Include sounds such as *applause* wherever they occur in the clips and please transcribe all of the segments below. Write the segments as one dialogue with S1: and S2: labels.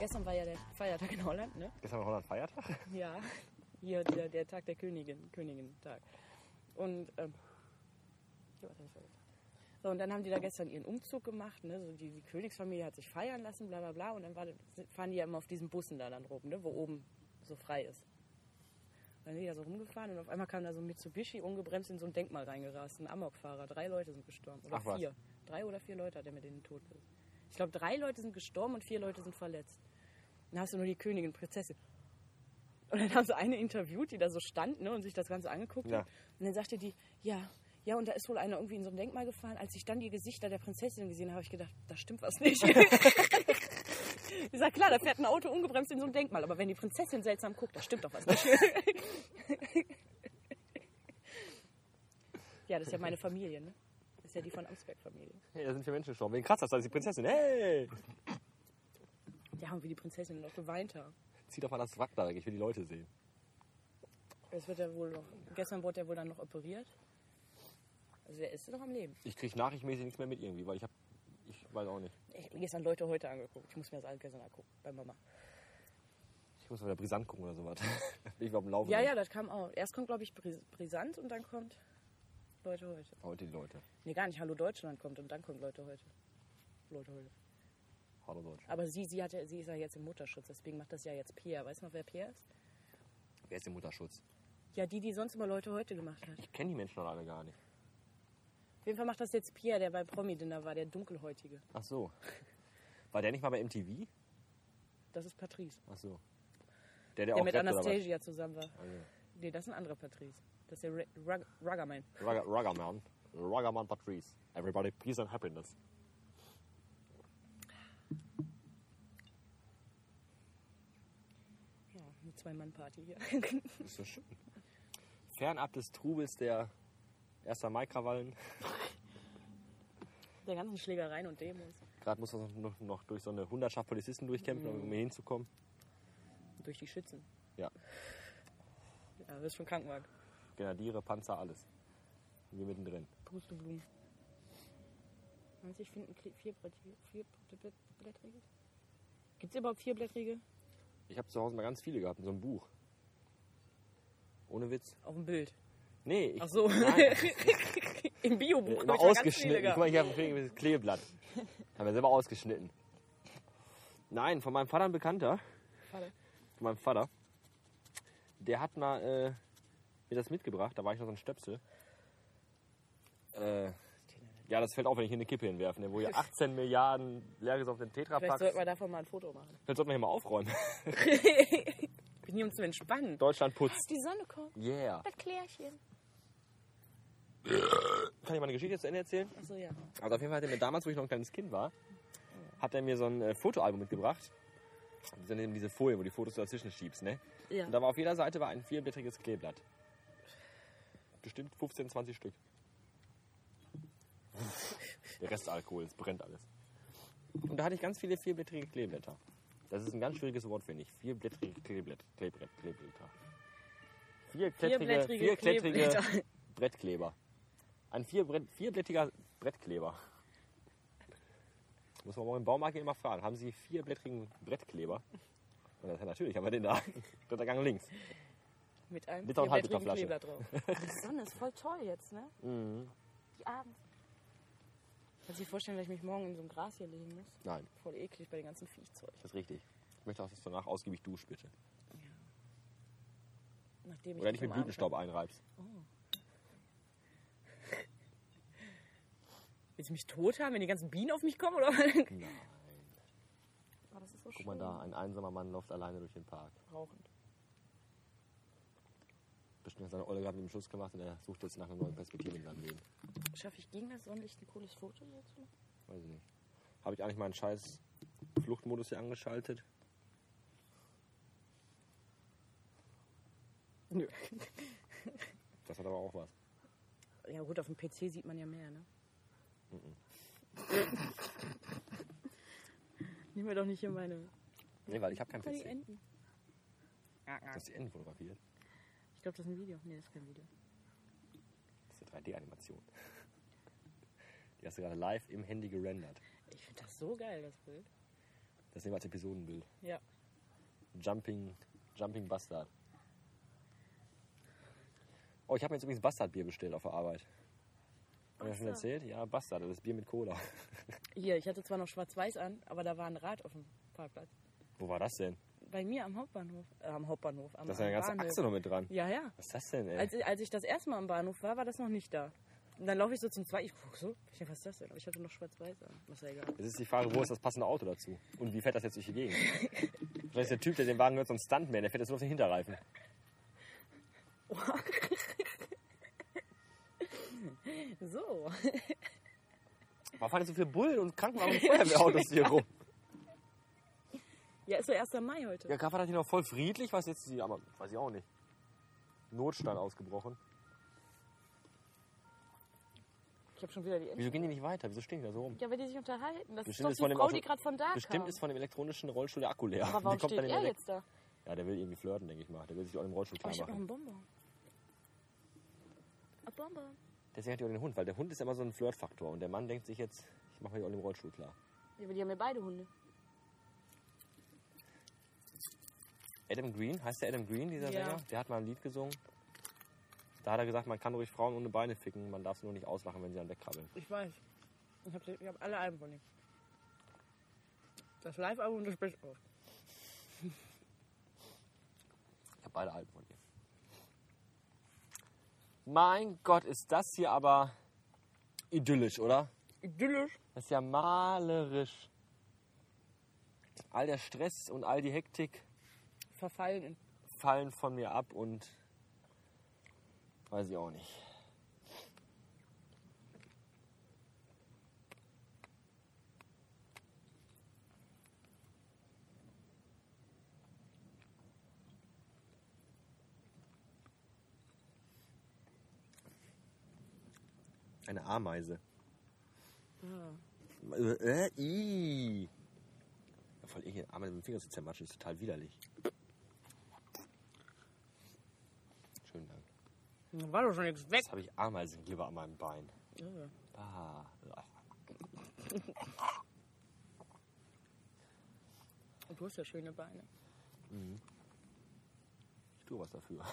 S1: äh, Feiertag in Holland, ne?
S2: Ist aber in Holland *laughs* Feiertag?
S1: Ja, hier der, der Tag der Königin, Königin-Tag. Und, ähm, ja, was hab ich vergessen? so, und dann haben die da gestern ihren Umzug gemacht, ne? so die, die Königsfamilie hat sich feiern lassen, bla bla bla. Und dann war, fahren die ja immer auf diesen Bussen da dann rum, ne? wo oben so frei ist. Dann sind die ja so rumgefahren und auf einmal kam da so ein Mitsubishi ungebremst in so ein Denkmal reingerast. Ein Amokfahrer. Drei Leute sind gestorben. Oder
S2: Ach was.
S1: vier. Drei oder vier Leute hat er mit denen tot ist. Ich glaube, drei Leute sind gestorben und vier Leute sind verletzt. Dann hast du nur die Königin, Prinzessin. Und dann haben sie eine interviewt, die da so stand ne, und sich das Ganze angeguckt
S2: Ja.
S1: hat. Und dann sagte die, ja, ja, und da ist wohl einer irgendwie in so ein Denkmal gefahren. Als ich dann die Gesichter der Prinzessin gesehen habe, habe ich gedacht, da stimmt was nicht. *laughs* Ich sag, klar, da fährt ein Auto ungebremst in so ein Denkmal, aber wenn die Prinzessin seltsam guckt, da stimmt doch was nicht. *laughs* ja, das ist ja meine Familie, ne? Das ist ja die von Amtsberg-Familie.
S2: Hey, da sind vier Menschen gestorben. Wen krass, das ist die Prinzessin. Hey!
S1: Ja, und wie die Prinzessin noch geweint haben.
S2: Zieh doch mal das Wrack da weg, ich will die Leute sehen.
S1: Das wird ja wohl noch, gestern wurde er wohl dann noch operiert. Also er ist noch am Leben.
S2: Ich krieg nachrichtmäßig nichts mehr mit irgendwie, weil ich hab. Ich weiß auch nicht.
S1: Ich habe mir gestern Leute heute angeguckt. Ich muss mir das alles gestern angucken, bei Mama.
S2: Ich muss mal wieder brisant gucken oder sowas. *laughs* ich war am Laufen.
S1: Ja, ja, das kam auch. Erst kommt, glaube ich, Bris- Brisant und dann kommt Leute heute.
S2: Heute die Leute.
S1: Nee, gar nicht. Hallo Deutschland kommt und dann kommt Leute heute. Leute heute.
S2: Hallo Deutsch.
S1: Aber sie, sie, hat ja, sie ist ja jetzt im Mutterschutz, deswegen macht das ja jetzt Pia. Weißt du noch, wer Pia ist?
S2: Wer ist der Mutterschutz?
S1: Ja, die, die sonst immer Leute heute gemacht hat.
S2: Ich kenne die Menschen noch alle gar nicht.
S1: Auf jeden Fall macht das jetzt Pia, der bei Promi-Dinner war, der Dunkelhäutige.
S2: Ach so. War der nicht mal bei MTV?
S1: Das ist Patrice.
S2: Ach so. Der, der,
S1: Der
S2: auch
S1: mit
S2: rappt, oder was?
S1: Anastasia zusammen war.
S2: Also,
S1: Nee, das ist ein anderer Patrice. Das ist der Ra- Rug Ruggerman.
S2: Rugger- Ruggerman. Ruggerman Patrice. Everybody peace and happiness.
S1: Ja, eine Zwei-Mann-Party hier. *laughs*
S2: Das ist so schön. Fernab des Trubels der 1. Mai-Krawallen.
S1: der ganzen Schlägereien und Demos.
S2: Gerade muss man noch, noch durch so eine Hundertschaft Polizisten durchkämpfen,
S1: Mhm.
S2: um hier hinzukommen.
S1: Durch die Schützen.
S2: Ja,
S1: Ja, das ist schon Krankenwagen.
S2: Grenadiere, Panzer, alles. Und wir mittendrin.
S1: Pusteblumen. Meinst du, ich finde ein Kle- vierbrett- vierblättriges? Gibt es überhaupt vierblättrige?
S2: Ich habe zu Hause mal ganz viele gehabt, in so einem Buch. Ohne Witz.
S1: Auf dem Bild.
S2: Nee, ich,
S1: Ach so.
S2: Nein,
S1: *laughs* Im Biobuch
S2: immer
S1: hab ich mal ganz viele
S2: ausgeschnitten. Guck
S1: gehabt.
S2: mal, ich habe ein Kleeblatt. Haben wir selber ausgeschnitten. Nein, von meinem Vater ein Bekannter.
S1: Vater.
S2: Von meinem Vater. Der hat mal äh, mir das mitgebracht. Da war ich noch so ein Stöpsel. Äh, ja, das fällt auf, wenn ich hier eine Kippe hinwerfe. Ne? Wo
S1: *laughs*
S2: hier 18 Milliarden leergesoffenen
S1: Vielleicht
S2: Tetrapacks.
S1: sollten wir davon mal ein Foto machen.
S2: Jetzt sollten wir hier
S1: *laughs*
S2: mal aufräumen.
S1: Ich bin hier, um zu entspannen.
S2: Deutschland putzt.
S1: Die Sonne kommt.
S2: Yeah.
S1: Das Klärchen.
S2: Kann ich meine Geschichte zu Ende erzählen?
S1: Achso, ja.
S2: Also auf jeden Fall hat er mir damals, wo ich noch ein kleines Kind war, hat er mir so ein äh, Fotoalbum mitgebracht. Das sind eben diese Folien, wo die Fotos du dazwischen schiebst, ne?
S1: Ja.
S2: Und da war auf jeder Seite war ein vierblättriges Kleeblatt. Bestimmt 15, 20 *laughs* Stück. Der Rest Alkohol, es brennt alles. Und da hatte ich ganz viele vierblättrige Kleeblätter. Das ist ein ganz schwieriges Wort, finde ich. Vierblättrige Kleeblätter. Kleebrett, Kleeblätter. Vierblättrige,
S1: Vierblättrige
S2: vierblättrige
S1: Kleeblätter.
S2: Brettkleber. Ein vierbrett, vierblättriger Brettkleber. Muss man mal im Baumarkt gehen, immer fragen. Haben Sie vierblättrigen Brettkleber? Und das, ja, natürlich haben wir den da. *laughs* Dritter Gang links.
S1: Mit einem
S2: Liter und halbe
S1: vierblättrigen
S2: Literflasche.
S1: Kleber
S2: *laughs*
S1: drauf. Die Sonne ist voll toll jetzt, ne?
S2: Mhm.
S1: Die Abends. Kannst du dir vorstellen, dass ich mich morgen in so einem Gras hier legen muss?
S2: Nein,
S1: Voll eklig bei dem ganzen Viechzeug.
S2: das ist richtig. Ich möchte auch, dass du danach ausgiebig duschst, bitte.
S1: Nachdem ich
S2: Oder nicht
S1: mich am
S2: mit
S1: Abend-
S2: Blütenstaub einreibst.
S1: Willst du mich tot haben, wenn die ganzen Bienen auf mich kommen? Oder?
S2: Nein.
S1: Oh, das ist so
S2: Guck mal da, ein einsamer Mann läuft alleine durch den Park.
S1: Rauchend.
S2: Bestimmt hat seine Olle gerade mit dem Schuss gemacht und er sucht jetzt nach einer neuen Perspektive in seinem Leben.
S1: Schaffe ich gegen das Sonnenlicht ein cooles Foto dazu?
S2: Weiß ich nicht. Habe ich eigentlich meinen scheiß Fluchtmodus hier angeschaltet?
S1: Nö.
S2: Das hat aber auch was.
S1: Ja gut, auf dem PC sieht man ja mehr, ne?
S2: Mhm.
S1: Nimm mir doch nicht hier meine...
S2: Nee, weil ich habe kein
S1: Die
S2: PC.
S1: Enten. Ah, ah.
S2: Das ist die Enden fotografiert.
S1: Ich glaube, das ist ein Video. Nee, das ist kein Video.
S2: Das ist eine 3D-Animation. Die hast du gerade live im Handy gerendert.
S1: Ich finde das so geil, das Bild.
S2: Das nehmen wir als Episodenbild.
S1: Ja.
S2: Jumping, Jumping Bastard. Oh, ich habe mir jetzt übrigens Bastardbier bestellt auf der Arbeit. Hab ich das schon
S1: Bastard.
S2: erzählt? Ja, Bastard, das ist Bier mit Cola. *laughs*
S1: Hier, ich hatte zwar noch schwarz-weiß an, aber da war ein Rad auf dem Parkplatz.
S2: Wo war das denn?
S1: Bei mir am Hauptbahnhof. Äh, am Hauptbahnhof. Am,
S2: Da ist ja eine
S1: am
S2: ganze
S1: Bahnhof.
S2: Achse noch mit dran.
S1: Ja, Also- ja.
S2: Was ist das denn, ey?
S1: Als, als ich das erste Mal am Bahnhof war, war das noch nicht da. Und dann laufe ich so zum zweiten. Ich guck so, ich denk, was ist das denn? Aber ich hatte noch schwarz-weiß an. Ist ja egal.
S2: Das ist die Frage, wo ist das passende Auto dazu? Und wie fährt das jetzt durch die Gegend? Vielleicht ist der Typ, der den Wagen hört, so ein Stuntman, der fährt jetzt nur auf den Hinterreifen.
S1: So.
S2: Warum fahren jetzt so viele Bullen und Krankenwagen
S1: *laughs*
S2: und Feuerwehrautos hier rum?
S1: Ja, ist doch 1. Mai heute.
S2: Ja, Kaffee hat hier noch voll friedlich, was jetzt sie, aber weiß ich auch nicht. Notstand ausgebrochen.
S1: Ich habe schon wieder die Ente.
S2: Wieso gehen die nicht weiter? Wieso stehen die da so rum?
S1: Ja, weil die sich unterhalten. Das
S2: Bestimmt
S1: ist
S2: ist
S1: doch
S2: von
S1: die
S2: dem
S1: Frau,
S2: Auto-
S1: die gerade von da
S2: Bestimmt
S1: kam.
S2: ist von dem elektronischen Rollstuhl *laughs* der Akku leer.
S1: Aber
S2: Die
S1: warum
S2: kommt
S1: steht
S2: dann immer
S1: er
S2: weg.
S1: jetzt da?
S2: Ja, der will irgendwie flirten, denke ich mal. Der will sich auch im Rollstuhl
S1: Aber
S2: klar
S1: ich habe noch
S2: machen.
S1: einen Bonbon. Ein Bonbon.
S2: Deswegen hat die auch den Hund, weil der Hund ist ja immer so ein Flirtfaktor. Und der Mann denkt sich jetzt, ich mache mich auch im Rollstuhl klar.
S1: Ja, aber die haben ja beide Hunde.
S2: Adam Green, heißt der Adam Green, dieser
S1: Ja.
S2: Sänger? Der hat mal ein Lied gesungen. Da hat er gesagt, man kann ruhig Frauen ohne Beine ficken, man darf sie nur nicht auslachen, wenn sie dann wegkrabbeln.
S1: Ich weiß. Ich habe ich hab alle Alben von ihm. Das Live-Album oh, und das Best-of.
S2: Ich habe beide Alben von ihm. Mein Gott, ist das hier aber idyllisch, oder?
S1: Idyllisch.
S2: Das ist ja malerisch. All der Stress und all die Hektik
S1: Verfallen in
S2: fallen von mir ab und weiß ich auch nicht. Eine Ameise. Äh, äh, ii. Ja, voll eklig, Ameise mit dem Finger zu zermatschen, ist total widerlich. Schönen Dank.
S1: Da war doch schon nichts weg.
S2: Jetzt habe ich Ameisengeber an meinem Bein.
S1: Ja.
S2: Ah.
S1: Und du hast ja schöne Beine.
S2: Ich tue
S1: *laughs*
S2: was dafür.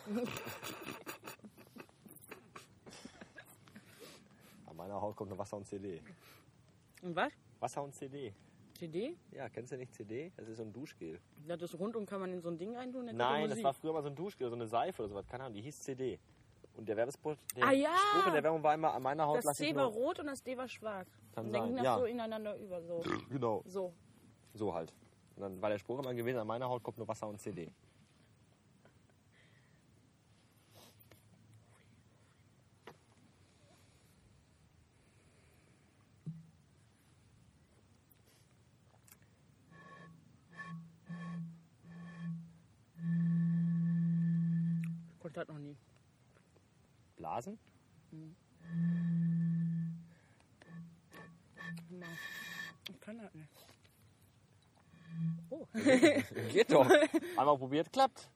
S2: an meiner Haut kommt noch Wasser und CD.
S1: Und was?
S2: Wasser und CD.
S1: CD?
S2: Ja, kennst du nicht CD? Das ist so ein Duschgel.
S1: Das ist rund und kann man in so ein Ding reintun? dann
S2: Nein,
S1: kommt
S2: das
S1: Musik.
S2: war früher mal so ein Duschgel, so eine Seife oder sowas. Keine Ahnung, die hieß CD. Und der Werbespot, der
S1: Ah, ja!
S2: Spruch in der Werbung war immer, an meiner Haut
S1: Das
S2: lass ich
S1: C war
S2: nur...
S1: rot und das D war schwarz.
S2: Kann
S1: und dann
S2: sein,
S1: ging das
S2: ja.
S1: so ineinander über. So.
S2: Genau,
S1: so.
S2: so halt. Und dann war der Spruch immer gewesen, an meiner Haut kommt nur Wasser und CD.
S1: Ich konnte das noch nie.
S2: Blasen?
S1: Genau. Ich kann das nicht. Oh.
S2: Geht doch. Einmal probiert, klappt.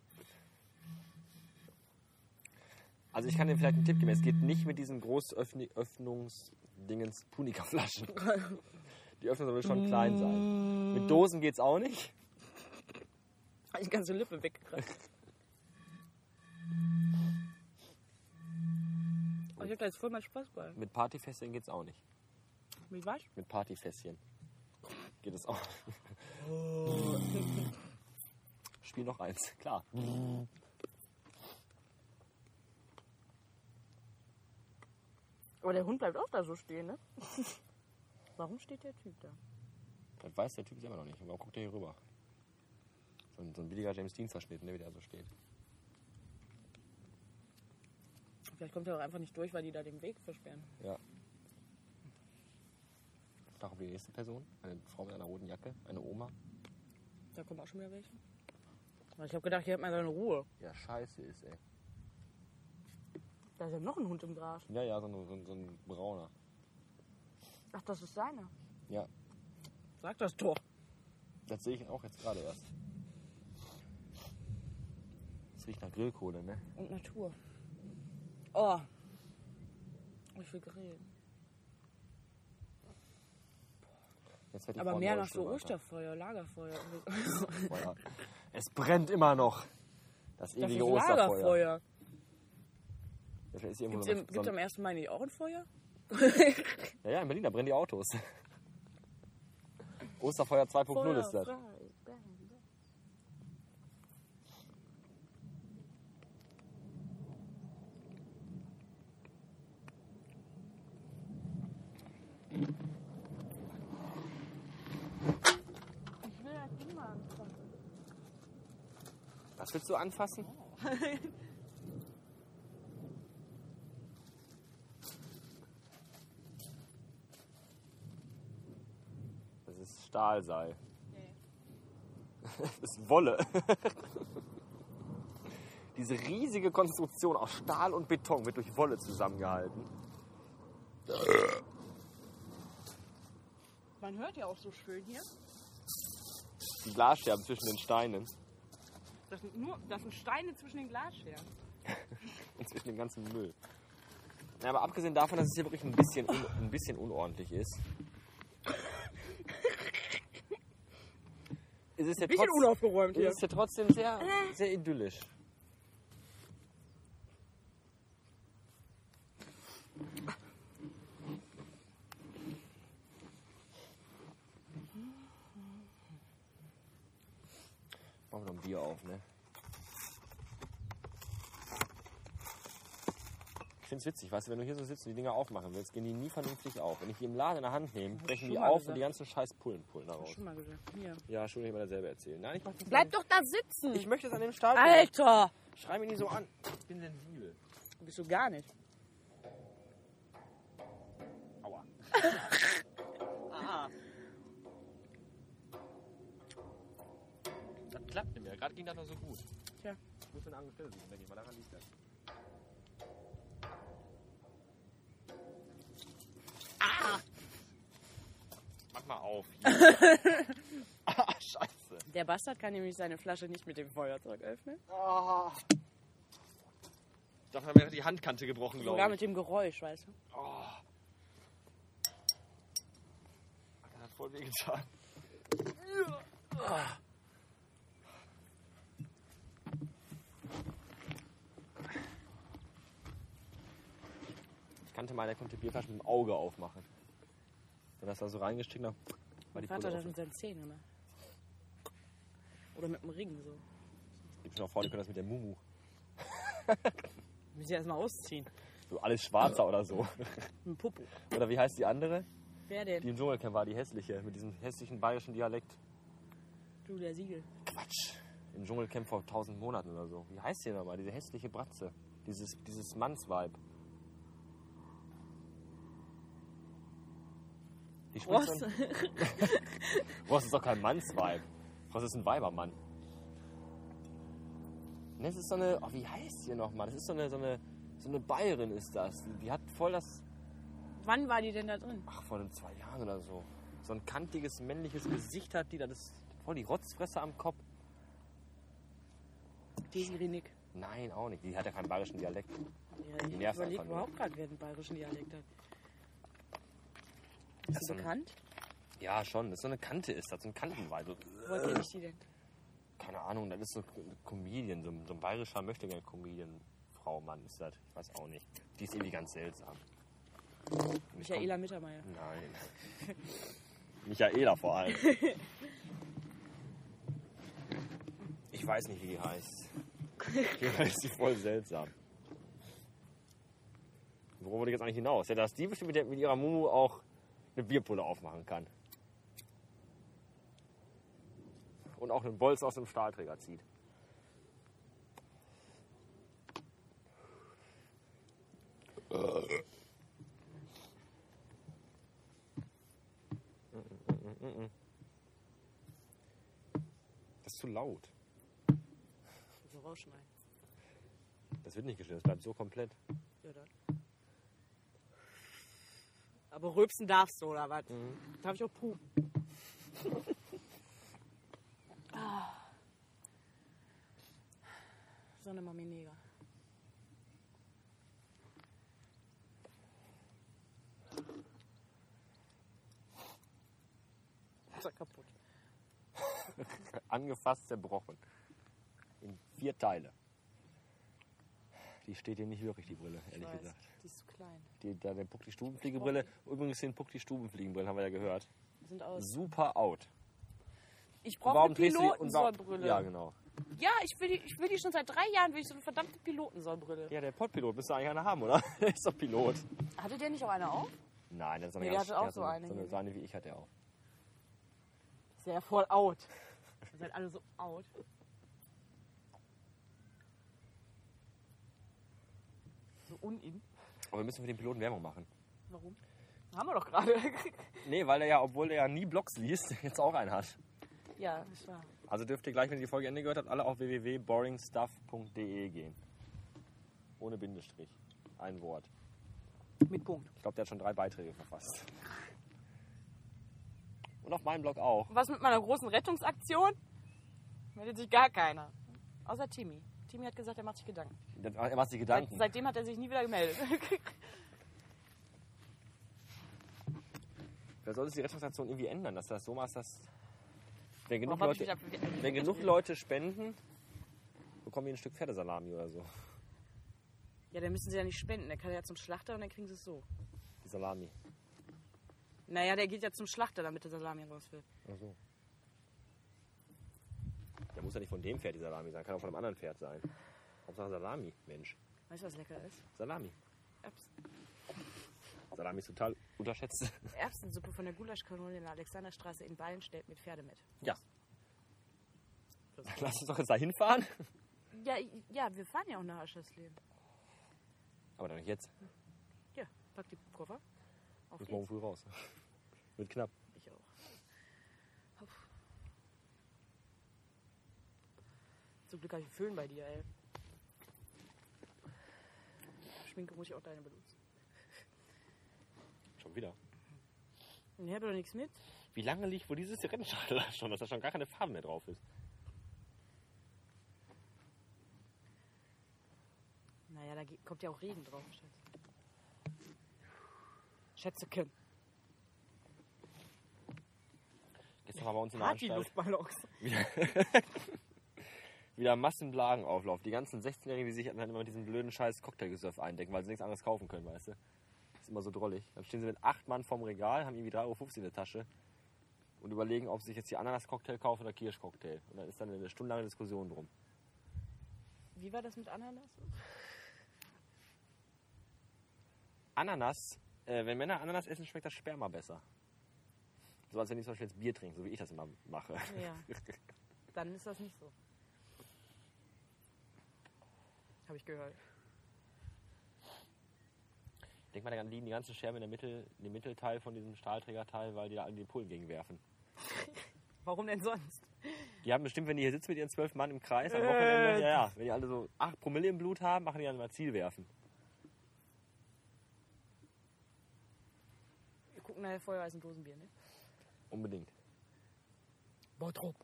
S2: Also ich kann dir vielleicht einen Tipp geben. Es geht nicht mit diesen Großöffnungsdingens Punika-Flaschen. Die Öffnung soll schon klein sein. Mit Dosen geht's auch nicht.
S1: Hab ich die ganze Lippe
S2: *laughs*
S1: weggekratzt. Aber ich hab da jetzt voll meinen Spaß bei.
S2: Mit Partyfässchen geht's auch nicht.
S1: Wie war's?
S2: Mit Partyfässchen geht es auch. Spiel noch eins, klar.
S1: Aber der Hund bleibt auch da so stehen, ne? *laughs* Warum steht der Typ da?
S2: Das weiß der Typ selber noch nicht. Warum guckt er hier rüber? So ein, so ein billiger James Dean-Verschnitt, ne, wie der so steht.
S1: Vielleicht kommt er auch einfach nicht durch, weil die da den Weg versperren.
S2: Ja. Noch auf die nächste Person. Eine Frau mit einer roten Jacke. Eine Oma.
S1: Da kommen auch schon wieder welche. Aber ich habe gedacht, hier hat man seine Ruhe.
S2: Ja, scheiße ist, ey.
S1: Da ist ja noch ein Hund im Gras.
S2: Ja, ja, so ein, so ein, so ein brauner.
S1: Ach, das ist seiner.
S2: Ja,
S1: Sag das doch.
S2: das sehe ich auch jetzt gerade erst. Das riecht nach Grillkohle, ne?
S1: Und Natur. Oh. Oh, Ich will grillen.
S2: Jetzt wird die
S1: Aber
S2: Frau
S1: mehr
S2: neu
S1: nach so
S2: schon weiter.
S1: Osterfeuer, Lagerfeuer.
S2: Boah, ja. Es brennt immer noch. Das
S1: Das ist
S2: ewige Osterfeuer.
S1: Lagerfeuer.
S2: Das ist irgendwo
S1: Gibt
S2: so eine- so
S1: es
S2: ein-
S1: am 1. Mai nicht auch ein Feuer?
S2: ja, ja, in Berlin, da brennen die Autos. *laughs* Osterfeuer 2.0 ist das.
S1: frei, bang.
S2: Das willst du anfassen? *laughs* Das ist Stahlseil. *laughs* Das ist Wolle. *laughs* Diese riesige Konstruktion aus Stahl und Beton wird durch Wolle zusammengehalten.
S1: Man hört ja auch so schön hier.
S2: Die Glasscherben zwischen den Steinen
S1: Das sind, nur, das sind Steine zwischen den Glasscherben.
S2: und zwischen dem ganzen Müll. Ja, aber abgesehen davon, dass es hier wirklich ein bisschen, un ein bisschen unordentlich ist, ist es ja
S1: Bisschen
S2: trotzdem.
S1: unaufgeräumt
S2: Es
S1: hier.
S2: ist ja trotzdem sehr, sehr idyllisch. Machen wir noch ein Bier auf, ne? Ich find's witzig, weißt du, wenn du hier so sitzt und die Dinger aufmachen willst, gehen die nie vernünftig auf. Wenn ich die im Laden in der Hand nehme, brechen
S1: schon
S2: die
S1: mal
S2: auf und
S1: gesagt.
S2: die ganzen scheiß Pullen pullen daraus.
S1: Schon mal gesagt. Hier.
S2: Ja, schon immer dasselbe erzählen. Nein, ich mach das
S1: Bleib doch da sitzen!
S2: ich möchte es an dem Stahl.
S1: Alter!
S2: Schrei mir nicht so an. Ich bin sensibel.
S1: Bist du gar nicht.
S2: Aua. Das klappt nicht mehr. Gerade ging das noch so gut.
S1: Tja.
S2: Ich muss den Arm gestellt suchen, wenn ich mal daran liegt. Das. Ah! Mach mal auf.
S1: *laughs*
S2: hier. ah, scheiße.
S1: Der Bastard kann nämlich seine Flasche nicht mit dem Feuerzeug öffnen.
S2: Ah. Davon haben wir die Handkante gebrochen, glaube ich.
S1: Sogar mit dem Geräusch, weißt du?
S2: Oh. Das hat voll wehgetan. Ich kannte mal, der konnte Bierflaschen mit dem Auge aufmachen. Wenn das da so reingesteckt hat, war
S1: Mein
S2: die
S1: Vater
S2: Pulle
S1: hat das
S2: offen.
S1: mit seinen Zähnen gemacht. Oder mit dem Ring so.
S2: Gibt schon auch Frauen, die können das mit der Mumu.
S1: Müssen sie erstmal ausziehen.
S2: So alles schwarzer oder so.
S1: Mit dem Popo.
S2: Oder wie heißt die andere?
S1: Wer
S2: Die
S1: denn?
S2: im Dschungelcamp war, die hässliche, mit diesem hässlichen bayerischen Dialekt.
S1: Julia Siegel.
S2: Quatsch. Im Dschungelcamp vor tausend Monaten oder so. Wie heißt die nochmal? Diese hässliche Bratze. Dieses, dieses Mannsweib. Die spricht
S1: Ross.
S2: so ein- Ross ist doch kein Mannsweib. Ross ist ein Weibermann. Ne, es ist so eine. Oh, wie heißt die nochmal? Das ist so eine, so eine. So eine Bayerin ist das. Die, die hat voll das.
S1: *laughs* Wann war die denn da drin?
S2: Ach, vor den zwei Jahren oder so. So ein kantiges männliches Gesicht hat die. Das ist voll die Rotzfresse am Kopf.
S1: Desiree Nick.
S2: Nein, auch nicht. Die hat ja keinen bayerischen Dialekt.
S1: Ja, ich überlege
S2: nervt einfach ne? nur.
S1: überhaupt gerade, wer den bayerischen Dialekt hat. Ist
S2: Das ist
S1: sie
S2: so ein-
S1: bekannt?
S2: Ja, schon. Das ist so eine Kante ist das. So ein Kantenwald. So,
S1: Wo kenne ich die
S2: Äh,
S1: denn?
S2: keine Ahnung, das ist so ein Comedian. So ein, so ein bayerischer Möchtegern-Comedian. Frau, Mann ist das. Ich weiß auch nicht. Die ist irgendwie ganz seltsam. Und ich
S1: Michaela Mittermeier.
S2: komm- Nein. Michaela vor allem. Ich weiß nicht, wie die heißt. *laughs* Die heißt sie voll seltsam. Worum wollte ich jetzt eigentlich hinaus? Ja, dass die bestimmt mit, der, mit ihrer Mumu auch eine Bierpulle aufmachen kann. Und auch einen Bolz aus dem Stahlträger zieht. Das ist zu laut. Hm.
S1: So rausschneiden.
S2: Das wird nicht geschnitten, das bleibt so komplett.
S1: Ja, dann. Aber rülpsen darfst du, oder was?
S2: Mhm.
S1: Darf ich auch
S2: *laughs*
S1: pupen? Ah. Sonne Mami Neger. Ist ja kaputt.
S2: Angefasst, zerbrochen. vier Teile. Die steht dir nicht wirklich, die Brille, ehrlich
S1: weiß,
S2: gesagt.
S1: Die ist zu klein.
S2: Die, da der Puck die Stubenfliegebrille. Übrigens den Puck die Stubenfliegenbrille, haben wir ja gehört.
S1: Die sind aus.
S2: Super out.
S1: Ich brauche eine
S2: drehst du die- und Mhm. warum-
S1: Pilotensollbrille.
S2: Ja, genau.
S1: Ja, ich will, die, ich will die schon seit drei Jahren, will ich so eine verdammte Pilotensollbrille.
S2: Ja, der Pottpilot müsste eigentlich einer haben, oder? *laughs* Der ist doch Pilot.
S1: Hatte der nicht auch eine auf?
S2: Nein, das ist eine
S1: Nee, der
S2: ganz
S1: hatte auch
S2: der hat
S1: so eine
S2: So eine,
S1: hier.
S2: so eine wie ich hatte er auch.
S1: Sehr ja voll out. Ihr seid alle so out. So unin.
S2: Aber wir müssen für den Piloten Werbung machen.
S1: Warum? Haben wir doch gerade.
S2: Nee, weil er ja, obwohl er ja nie Blogs liest, *laughs* jetzt auch einen hat.
S1: *laughs* ja, das war.
S2: Also dürft ihr gleich, wenn ihr die Folge Ende gehört habt, alle auf www.boringstuff.de gehen. Ohne Bindestrich. Ein Wort.
S1: Mit Punkt.
S2: Ich glaube, der hat schon drei Beiträge verfasst. Und auf meinem Blog auch.
S1: Was mit meiner großen Rettungsaktion? Meldet sich gar keiner. Außer Timmy. Timmy hat gesagt, er macht sich Gedanken.
S2: Das- Er macht sich
S1: Seit,
S2: Gedanken.
S1: seitdem hat er sich nie wieder
S2: *laughs*
S1: gemeldet.
S2: Wer soll es die Rettungsstation irgendwie ändern, dass du das so machst, dass. Wenn genug,
S1: Warum hab ich
S2: Leute,
S1: mich ab-
S2: wenn genug Leute spenden, bekommen wir ein Stück Pferdesalami oder so.
S1: Ja, dann müssen sie ja nicht spenden. Der kann ja zum Schlachter und dann kriegen sie es so.
S2: Die Salami.
S1: Naja, der geht ja zum Schlachter, damit der Salami raus will.
S2: Ach so. Der muss ja nicht von dem Pferd die Salami sein, kann auch von einem anderen Pferd sein. Hauptsache Salami, Mensch.
S1: Weißt du, was lecker ist?
S2: Salami.
S1: Erbsen.
S2: Salami ist total unterschätzt.
S1: Erbsensuppe von der Gulaschkanone in der Alexanderstraße in Ballenstedt mit Pferdemett.
S2: Ja. Lass uns doch jetzt da hinfahren.
S1: Ja, i- ja, wir fahren ja auch nach Aschersleben.
S2: Aber dann nicht jetzt.
S1: Ja, pack die Koffer. Auf
S2: Muss
S1: geht's.
S2: morgen früh raus. Wird knapp.
S1: Ich auch. Huff. Zum Glück habe ich einen Föhn bei dir, ey. Schminke muss ich auch deine benutzen.
S2: Schon wieder.
S1: Ich habe doch nichts mit.
S2: Wie lange liegt wohl dieses Rennschadel da schon, dass da schon gar keine Farbe mehr drauf ist?
S1: Naja, da ge- kommt ja auch Regen drauf, Schatz. Schätzeken.
S2: Gestern war bei uns in der
S1: Hat die
S2: Anstalt
S1: Luftballons.
S2: wieder Massenblagenauflauf. Die ganzen 16-Jährigen, die sich dann immer mit diesem blöden scheiß Cocktailgesurf eindecken, weil sie nichts anderes kaufen können, weißt du? Ist immer so drollig. Dann stehen sie mit acht Mann vorm Regal, haben irgendwie 3,50 Euro in der Tasche und überlegen, ob sie sich jetzt die Ananas-Cocktail kaufen oder Kirschcocktail. Und dann ist dann eine stundenlange Diskussion drum.
S1: Wie war das mit Ananas?
S2: Ananas, äh, wenn Männer Ananas essen, schmeckt das Sperma besser. So als wenn die zum Beispiel jetzt Bier trinken, so wie ich das immer mache.
S1: Ja. *laughs* Dann ist das nicht so. Habe ich gehört.
S2: *laughs* Denk mal, da liegen die ganzen Scherben in der Mitte, in dem Mittelteil von diesem Stahlträgerteil, weil die da alle die Pullen gegenwerfen.
S1: Warum denn sonst?
S2: Die haben bestimmt, wenn die hier sitzen mit ihren zwölf Mann im Kreis am Wochenende, ja, ja, wenn die alle so 8 Promille im Blut haben, machen die dann mal Zielwerfen.
S1: Wir gucken nachher vorher als ein Dosenbier, ne?
S2: Unbedingt.
S1: Bottrop.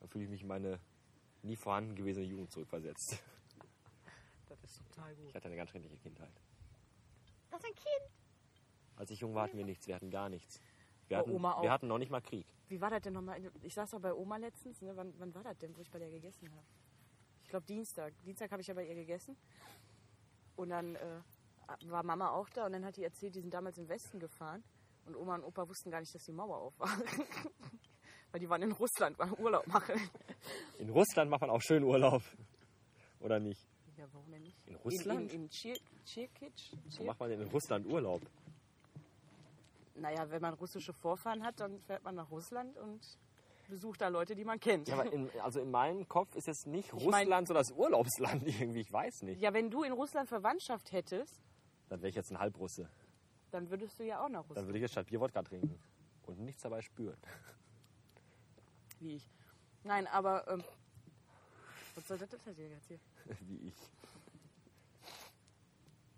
S2: Dann fühle ich mich in meine nie vorhanden gewesene Jugend zurückversetzt.
S1: Das ist total
S2: Ich
S1: gut.
S2: hatte eine ganz schreckliche Kindheit.
S1: Das ist ein Kind.
S2: Als ich jung war, hatten wir nichts, wir hatten gar nichts. Wir
S1: Bei
S2: hatten,
S1: Oma auch.
S2: wir hatten noch nicht mal Krieg.
S1: Wie war das denn nochmal? Ich saß doch bei Oma letztens, ne? Wann, wann war das denn, wo ich bei der gegessen habe? Ich glaube Dienstag. Dienstag habe ich ja bei ihr gegessen. Und dann äh, war Mama auch da und dann hat die erzählt, die sind damals im Westen gefahren. Und Oma und Opa wussten gar nicht, dass die Mauer auf war. *laughs* Weil die waren in Russland, waren Urlaub machen.
S2: In Russland macht man auch schön Urlaub. *laughs* Oder nicht?
S1: Ja, warum denn nicht?
S2: In Russland?
S1: In, in, in Tschir- Tschirkic?
S2: Wo
S1: Tschir-
S2: macht man denn in Russland Urlaub?
S1: Naja, wenn man russische Vorfahren hat, dann fährt man nach Russland und besucht da Leute, die man kennt.
S2: Ja,
S1: Ja,
S2: aber in, also in meinem Kopf ist jetzt nicht
S1: mein-
S2: Russland so das Urlaubsland *laughs* irgendwie, ich weiß nicht.
S1: wenn du in Russland Verwandtschaft hättest,
S2: Dann wäre ich jetzt ein Halbrusse.
S1: dann würdest du ja auch nach
S2: Dann
S1: Russland.
S2: würde ich jetzt statt Bier Wodka trinken und nichts dabei spüren. *laughs*
S1: Wie ich. Nein, aber. Ähm, was soll das denn hier jetzt hier?
S2: Wie ich.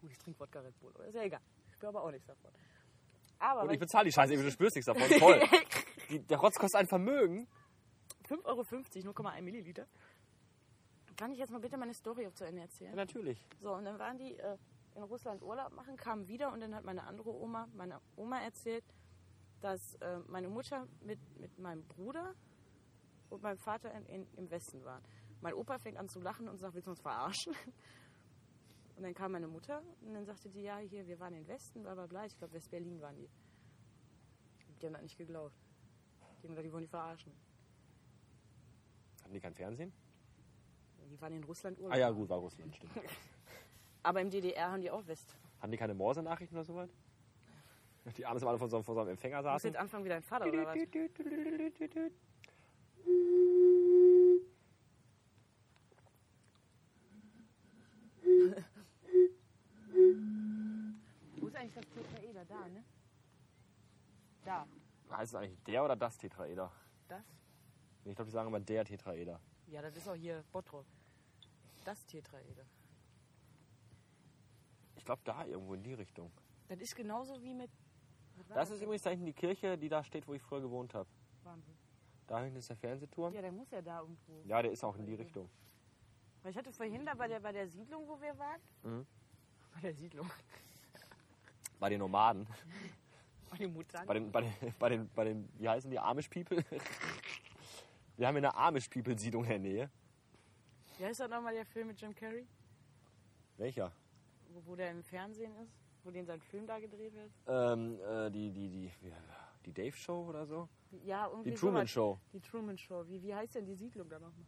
S1: Gut, ich trinke Wodka Red Bull, aber ist ja egal. Ich spüre aber auch nichts davon. Aber.
S2: Und
S1: weil
S2: ich bezahle die Scheiße, eben, du spürst nichts davon. *laughs* Toll. Die, der Rotz kostet ein Vermögen.
S1: 5,50 Euro, 0,1 Milliliter. Kann ich jetzt mal bitte meine Story zu Ende erzählen?
S2: Ja, natürlich.
S1: So, und dann waren die äh, in Russland Urlaub machen, kamen wieder und dann hat meine andere Oma, meine Oma erzählt, dass äh, meine Mutter mit, mit meinem Bruder und meinem Vater in, in, im Westen waren. Mein Opa fängt an zu lachen und sagt, willst du uns verarschen? *laughs* Und dann kam meine Mutter und dann sagte die, ja, hier, wir waren im Westen, bla bla bla. Ich glaube, West-Berlin waren die. Die haben das nicht geglaubt. Die haben gedacht, die wollen die verarschen.
S2: Hatten die kein Fernsehen?
S1: Die waren in Russland Urlaub.
S2: Ah ja, gut, war Russland, stimmt.
S1: Aber im DDR haben die auch West.
S2: Haben die keine Morse-Nachrichten oder so was? Die Arme sind alle von so, einem- von so einem
S1: Du
S2: Empfänger
S1: musst
S2: saßen.
S1: jetzt anfangen wie dein Vater, oder was? Wo ist eigentlich das Tetraeder? Da, ne? Da.
S2: Heißt es eigentlich der oder das Tetraeder?
S1: Das?
S2: Ich glaube, die sagen immer der Tetraeder.
S1: Ja, das ist auch hier Bottrop. Das E Tetraeder.
S2: Ich glaube, da irgendwo in die Richtung.
S1: Das ist genauso wie mit... was war
S2: Das ist
S1: denn?
S2: übrigens da hinten die Kirche, die da steht, wo ich früher gewohnt habe.
S1: Wahnsinn.
S2: Da hinten ist der Fernsehturm.
S1: Ja, der muss ja da irgendwo.
S2: Ja, der ist auch in die Richtung.
S1: Weil ich hatte vorhin da bei der, bei der Siedlung, wo wir waren.
S2: Mhm.
S1: Bei der Siedlung. *laughs*
S2: Bei den Nomaden.
S1: Bei den Mutanten.
S2: Bei den, bei den, bei den, bei den wie heißen die? Amish People? *laughs* Wir haben hier eine Amish People-Siedlung in der Nähe.
S1: Wie heißt das nochmal der Film mit Jim Carrey?
S2: Welcher?
S1: Wo, wo der im Fernsehen ist? Wo den sein Film da gedreht wird?
S2: Ähm, äh, die, die, die, wie- die Dave Show oder so?
S1: Ja, irgendwie
S2: Die Truman
S1: sowas.
S2: Show.
S1: Die Truman Show. Wie, wie heißt denn die Siedlung da nochmal?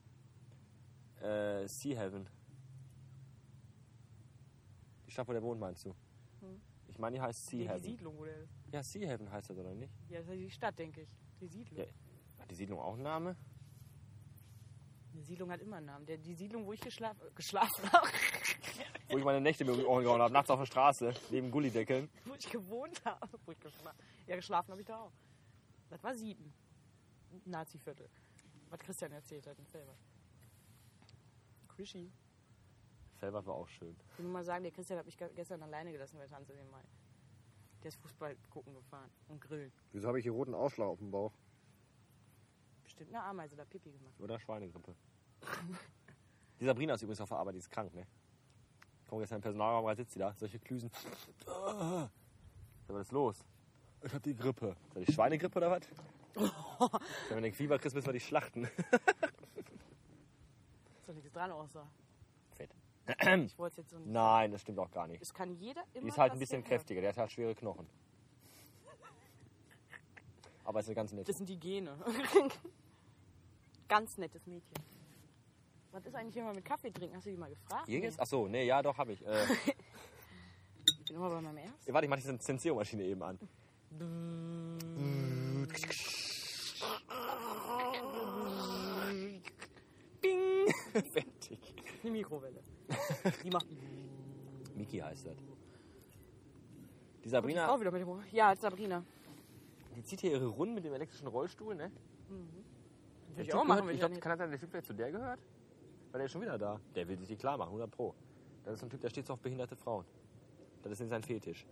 S2: Äh, sea Heaven. Die Stadt, wo der wohnt, meinst du? Ich meine, die heißt Sea
S1: Nee, die
S2: Heaven.
S1: Siedlung, wo der ist.
S2: Ja, Sea Heaven heißt das, oder nicht?
S1: Ja, das ist die Stadt, denke ich. Die Siedlung.
S2: Ja. Hat die Siedlung auch einen Namen?
S1: Die Siedlung hat immer einen Namen. Der, die Siedlung, wo ich geschlaf, äh, geschlafen *laughs* habe,
S2: Wo ich meine Nächte mir um die Ohren gehauen habe, nachts auf der Straße, neben Gullideckeln.
S1: wo ich gewohnt habe. Wo ich geschlafen Ja, geschlafen habe ich da auch. Das war sieben. Naziviertel. Was Christian erzählt hat im Film. Krischi.
S2: Felbert war auch schön.
S1: Ich will nur mal sagen, der Christian hat mich ge- gestern alleine gelassen bei Tanz in den Mai. Der ist Fußball gucken gefahren und grillen.
S2: Wieso habe ich hier roten Ausschlag auf dem Bauch?
S1: Bestimmt eine Ameise da Pipi gemacht.
S2: Oder Schweinegrippe. die Sabrina ist übrigens auf der Arbeit, die ist krank, ne? Ich komme gestern im Personalraum, da sitzt sie da, solche Klüsen. Ah. Was war das los? Ich hab die Grippe. Ist das die Schweinegrippe oder was? Wenn wir den Fieber kriegst, müssen wir die schlachten.
S1: Ist doch nichts dran außer.
S2: Fett.
S1: Ich wollte es jetzt so nicht.
S2: Nein, das stimmt auch gar nicht.
S1: Es kann jeder immer.
S2: Die Hm. ist halt ein
S1: was
S2: bisschen
S1: werden.
S2: kräftiger, der hat halt schwere Knochen. Aber ist eine ganz nette.
S1: Das sind die Gene. *laughs* Ganz nettes Mädchen. Was ist eigentlich immer mit Kaffee trinken? Hast du die mal gefragt?
S2: Jäges? Achso, nee, ja, doch, habe ich. Äh,
S1: Nee. Ich bin immer bei meinem Erst.
S2: warte, ich mach diese Zensiermaschine eben an. *laughs*
S1: Bing!
S2: Fertig.
S1: Die Mikrowelle. Die macht.
S2: Miki heißt das. Die
S1: Ich
S2: Sabrina,
S1: auch wieder mit dem Ohr. Ja, Sabrina.
S2: die zieht hier ihre Runden mit dem elektrischen Rollstuhl, ne?
S1: Würde ich
S2: Der
S1: auch
S2: Typ
S1: machen,
S2: gehört-
S1: wenn
S2: ich
S1: ich da
S2: glaub,
S1: nicht.
S2: Kann das sein, der Typ vielleicht zu der gehört? Weil der ist schon wieder da. Der will sich die klar machen, 100 Pro. Das ist so ein Typ, der steht so auf behinderte Frauen. Das ist nicht sein Fetisch.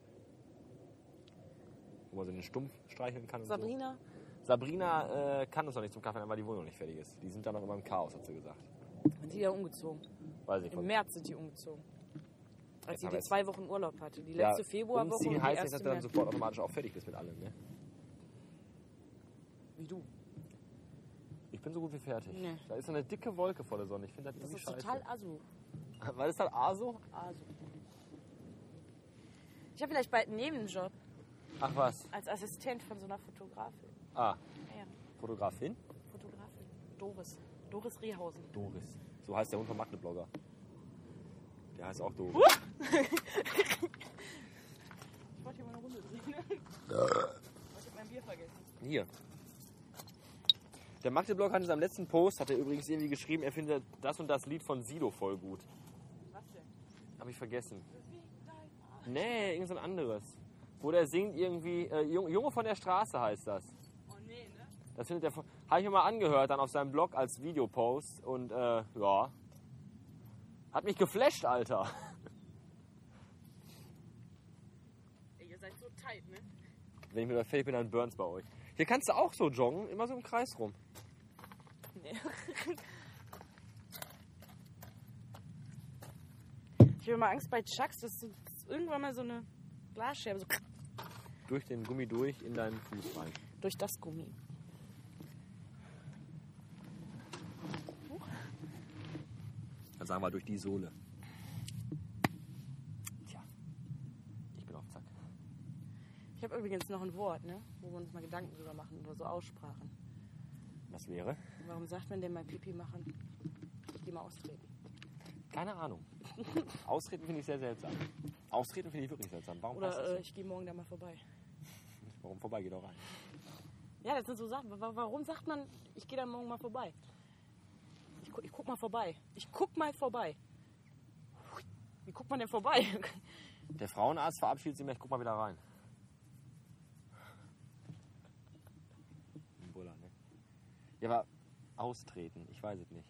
S2: Wo man so den Stumpf streicheln kann. und
S1: Sabrina,
S2: So. Sabrina äh, kann uns noch nicht zum Kaffee einladen, weil die Wohnung nicht fertig ist. Die sind da noch immer im Chaos, hat sie gesagt.
S1: sind die ja umgezogen.
S2: Weiß ich
S1: Im
S2: von.
S1: März sind die umgezogen. Als
S2: Jetzt
S1: sie
S2: haben
S1: die
S2: wir jetzt-
S1: zwei Wochen Urlaub hatte. Die
S2: Ja,
S1: letzte Februarwoche
S2: umziehen
S1: und die
S2: heißt nicht, dass
S1: erste
S2: du dann
S1: März.
S2: sofort automatisch auch fertig bist mit allem, ne?
S1: Wie du.
S2: Ich bin so gut wie fertig.
S1: Nee.
S2: Da ist so eine dicke Wolke vor der Sonne. Ich finde das,
S1: Das
S2: irgendwie
S1: ist
S2: scheiße.
S1: total
S2: *laughs*
S1: asu.
S2: Weil ist halt A so?
S1: asu. Ich habe vielleicht bald einen Nebenjob
S2: Ach was.
S1: als Assistent von so einer Fotografin.
S2: Ah,
S1: Ja, ja,
S2: Fotografin?
S1: Fotografin. Doris. Doris Rehausen.
S2: Doris. So heißt der Hund vom Magdeblogger. Der heißt auch Doris.
S1: Ich wollte hier mal eine Runde drehen. *laughs* ich habe mein Bier vergessen.
S2: Hier. Der Magdeblogger hat in seinem letzten Post, hat er übrigens irgendwie geschrieben, er findet das und das Lied von Sido voll gut.
S1: Was denn?
S2: Hab ich vergessen. Nee, irgend so ein anderes. Wo der singt irgendwie, äh, Jung- Junge von der Straße heißt das.
S1: Oh nee, ne?
S2: Das findet er, voll- hab ich mir mal angehört, dann auf seinem Blog als Videopost und äh, ja. Hat mich geflasht, Alter. *laughs*
S1: Ey, ihr seid so tight, ne?
S2: Wenn ich mir da fertig bin, dann burns bei euch. Hier kannst du auch so joggen, immer so im Kreis rum.
S1: Nee. Ich habe immer Angst bei Chucks, dass so- dass irgendwann mal so eine Glasscherbe so *laughs*
S2: Durch den Gummi durch in deinen Fuß rein.
S1: durch das Gummi.
S2: Dann sagen wir durch die Sohle. Tja. Ich bin auf Zack.
S1: Ich habe übrigens noch ein Wort, ne? wo wir uns mal Gedanken drüber machen, über so Aussprachen.
S2: Was wäre?
S1: Warum sagt man denn mal Pipi machen? Ich geh mal austreten.
S2: Keine Ahnung. *laughs* Ausreden finde ich sehr seltsam. Ausreden finde ich wirklich seltsam. Warum, heißt das
S1: Oder äh,
S2: so?
S1: ich gehe morgen da mal vorbei.
S2: Warum vorbei? Geht auch rein.
S1: Ja, das sind so Sachen. Wa- Warum sagt man, ich gehe da morgen mal vorbei? Ich, gu ich guck mal vorbei. Ich guck mal vorbei. Wie guckt man denn vorbei? *laughs*
S2: Der Frauenarzt verabschiedet sich immer, ich guck mal wieder rein. Ein Buller, ne? Ja, aber austreten, ich weiß es nicht.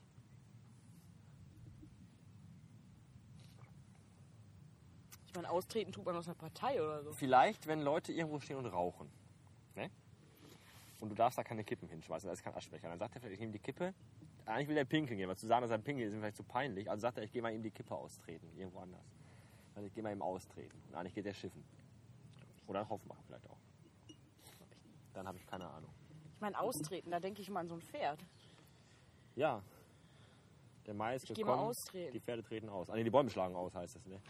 S1: Ich meine, austreten tut man aus einer Partei oder so.
S2: Vielleicht, wenn Leute irgendwo stehen und rauchen. Ne? Und du darfst da keine Kippen hinschmeißen, da ist kein Aschbecher. Dann sagt er vielleicht, ich nehme die Kippe. Eigentlich will er pinkeln gehen, weil zu sagen, dass er pinkeln ist, ist ihm vielleicht zu peinlich. Also sagt er, ich gehe mal ihm die Kippe austreten, irgendwo anders. Also ich gehe mal ihm austreten. Und eigentlich geht er schiffen. Oder einen Haufen machen vielleicht auch. Dann habe ich keine Ahnung.
S1: Ich meine, austreten, da denke ich mal an so ein Pferd.
S2: Ja. Der Mais
S1: Ich geh mal austreten.
S2: Die Pferde treten aus. Ah, nee, die Bäume schlagen aus, heißt das, ne?